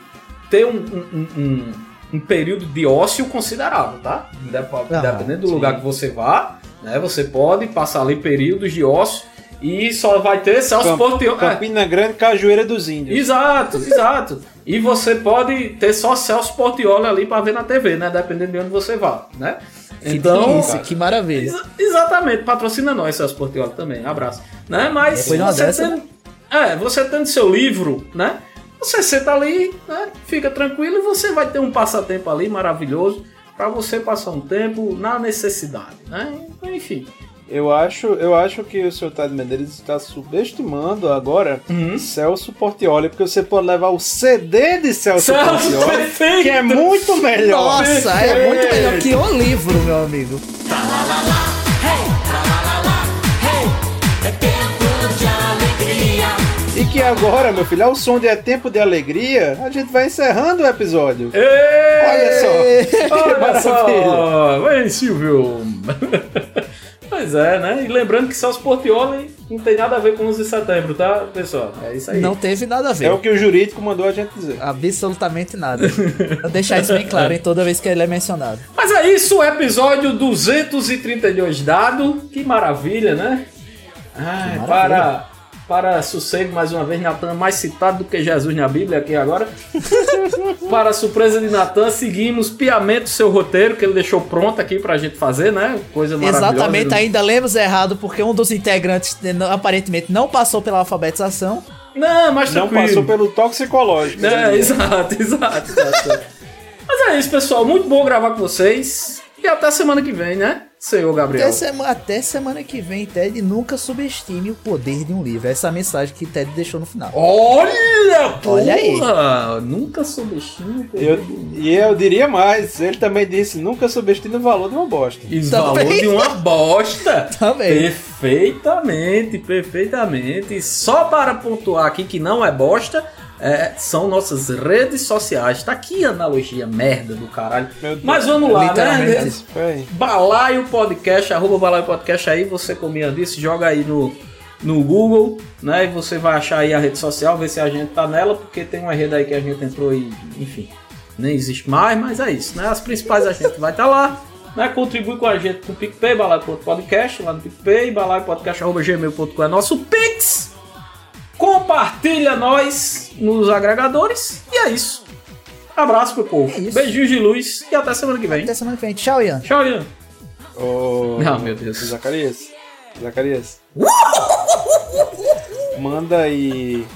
[SPEAKER 6] ter um, um- um- um- um período de ócio considerável, tá? Dep-
[SPEAKER 7] Ah,
[SPEAKER 6] Dependendo do lugar que você vá, né? Você pode passar ali períodos de ócio e só vai ter Celso
[SPEAKER 5] Camp-
[SPEAKER 6] Portioli. é,
[SPEAKER 5] Campina Grande, Cajueira dos Índios.
[SPEAKER 6] Exato, exato. E você pode ter só Celso Portioli ali pra ver na TV, né? Dependendo de onde você vá, né?
[SPEAKER 7] Que é
[SPEAKER 6] Então,
[SPEAKER 7] delícia, que maravilha.
[SPEAKER 6] <laughs> exa- exatamente, patrocina nós, Celso Portioli também. Abraço. Né? Mas
[SPEAKER 7] Depois de uma
[SPEAKER 6] você
[SPEAKER 7] dessa,
[SPEAKER 6] tendo, é, você tendo seu livro, né? Você senta ali, né? Fica tranquilo e você vai ter um passatempo ali maravilhoso pra você passar um tempo na necessidade, né? Enfim.
[SPEAKER 5] Eu acho, eu acho que o senhor Tade Medeiros está subestimando agora
[SPEAKER 6] Uhum.
[SPEAKER 5] Celso Portioli, porque você pode levar o CD de Celso, Portioli,
[SPEAKER 6] perfeito!
[SPEAKER 5] que é muito melhor.
[SPEAKER 7] Nossa, é muito melhor que o livro, meu amigo.
[SPEAKER 5] E que agora, meu filho, ao som de É Tempo de Alegria, a gente vai encerrando o episódio. Olha só. <laughs>
[SPEAKER 6] Olha
[SPEAKER 5] Maravilha.
[SPEAKER 6] só! Ei, Silvio! <laughs> pois é, né? E lembrando que Celso Portioli não tem nada a ver com 11 de setembro, tá, pessoal? É isso aí.
[SPEAKER 7] Não teve nada a ver.
[SPEAKER 5] É o que o jurídico mandou a gente dizer.
[SPEAKER 7] Absolutamente nada. Vou deixar isso bem claro em toda vez que ele é mencionado.
[SPEAKER 6] Mas é isso, episódio 232 dado. Que maravilha, né? Ai,
[SPEAKER 7] maravilha.
[SPEAKER 6] para Para sossego, mais uma vez, Natan é mais citado do que Jesus na Bíblia aqui agora. <laughs> Para a surpresa de Natan, seguimos piamente o seu roteiro, que ele deixou pronto aqui pra gente fazer, né? Coisa maravilhosa.
[SPEAKER 7] Exatamente,
[SPEAKER 6] aí.
[SPEAKER 7] ainda lemos errado, porque um dos integrantes né, não- aparentemente não passou pela alfabetização.
[SPEAKER 6] Não, mas
[SPEAKER 5] Não
[SPEAKER 6] tranquilo.
[SPEAKER 5] passou pelo toxicológico.
[SPEAKER 6] É, <laughs> exato, exato. exato. Mas é isso, pessoal. Muito bom gravar com vocês. E até semana que vem, né? Senhor Gabriel.
[SPEAKER 7] Até, sema- até semana que vem, Ted, nunca subestime o poder de um livro. Essa é a mensagem que Ted deixou no final.
[SPEAKER 6] Olha,
[SPEAKER 7] Olha aí.
[SPEAKER 6] porra! Nunca subestime o poder
[SPEAKER 5] Eu,
[SPEAKER 6] de um
[SPEAKER 5] e eu diria mais, ele também disse, nunca subestime o valor de uma bosta.
[SPEAKER 6] E o valor
[SPEAKER 7] Também.
[SPEAKER 6] de uma bosta.
[SPEAKER 7] <laughs> Também.
[SPEAKER 6] Perfeitamente, perfeitamente. Só para pontuar aqui que não é bosta, é, são nossas redes sociais. Tá aqui a analogia merda do caralho.
[SPEAKER 5] Meu Deus.
[SPEAKER 6] Mas vamos lá, né?
[SPEAKER 7] Literalmente.
[SPEAKER 5] Peraí.
[SPEAKER 6] Balaio Podcast, arroba Balaio Podcast aí, você como Ian disse, joga aí no, no Google, né? E você vai achar aí a rede social, ver se a gente tá nela, porque tem uma rede aí que a gente entrou e, enfim, nem existe mais, mas é isso, né? As principais a gente vai estar lá, né? Contribui com a gente com o PicPay, balaio.podcast, lá no PicPay, balaiopodcast.gmail.com é nosso Pix. Compartilha nós nos agregadores e é isso. Abraço pro povo.
[SPEAKER 7] É isso.
[SPEAKER 6] Beijinhos de luz e até semana que vem.
[SPEAKER 7] Até semana que vem. Tchau, Ian.
[SPEAKER 6] Tchau, Ian.
[SPEAKER 5] Ô,
[SPEAKER 6] Ah, meu Deus.
[SPEAKER 5] Zacarias. Zacarias. Manda aí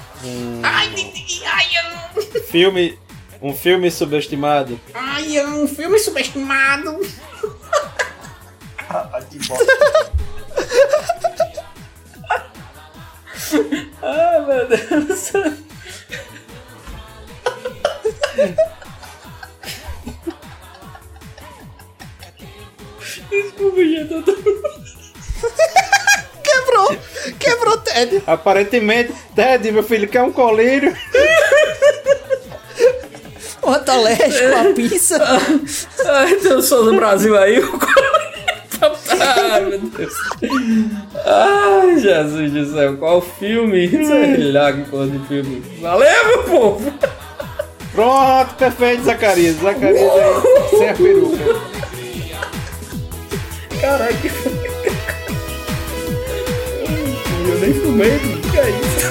[SPEAKER 5] um filme, um filme subestimado.
[SPEAKER 6] Ai, é um filme subestimado. Ai, meu Deus. Desculpa, gente, eu tô...
[SPEAKER 7] Quebrou! Quebrou, Ted!
[SPEAKER 5] Aparentemente, Ted, meu filho, quer um colírio?
[SPEAKER 7] O Antaleste com a pinça.
[SPEAKER 6] Ai, Deus, sou do Brasil aí. eu corri. Ai, meu Deus. Ai, Jesus do céu, qual filme? Sei lá que porra de filme. Valeu, meu povo!
[SPEAKER 5] Pronto, perfeito, Zacarias. Zacarias aí, sem a peruca.
[SPEAKER 6] Caralho, que Eu nem fumei, o que é isso?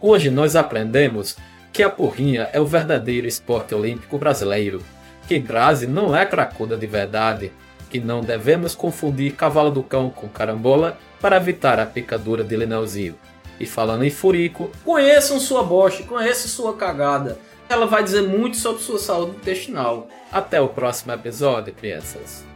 [SPEAKER 6] Hoje nós aprendemos que a porrinha é o verdadeiro esporte olímpico brasileiro, que Grazi não é cracuda de verdade, que não devemos confundir cavalo do cão com carambola para evitar a picadura de Lenãozinho. E falando em furico, conheçam sua bosta, conheçam sua cagada. Ela vai dizer muito sobre sua saúde intestinal. Até o próximo episódio, crianças.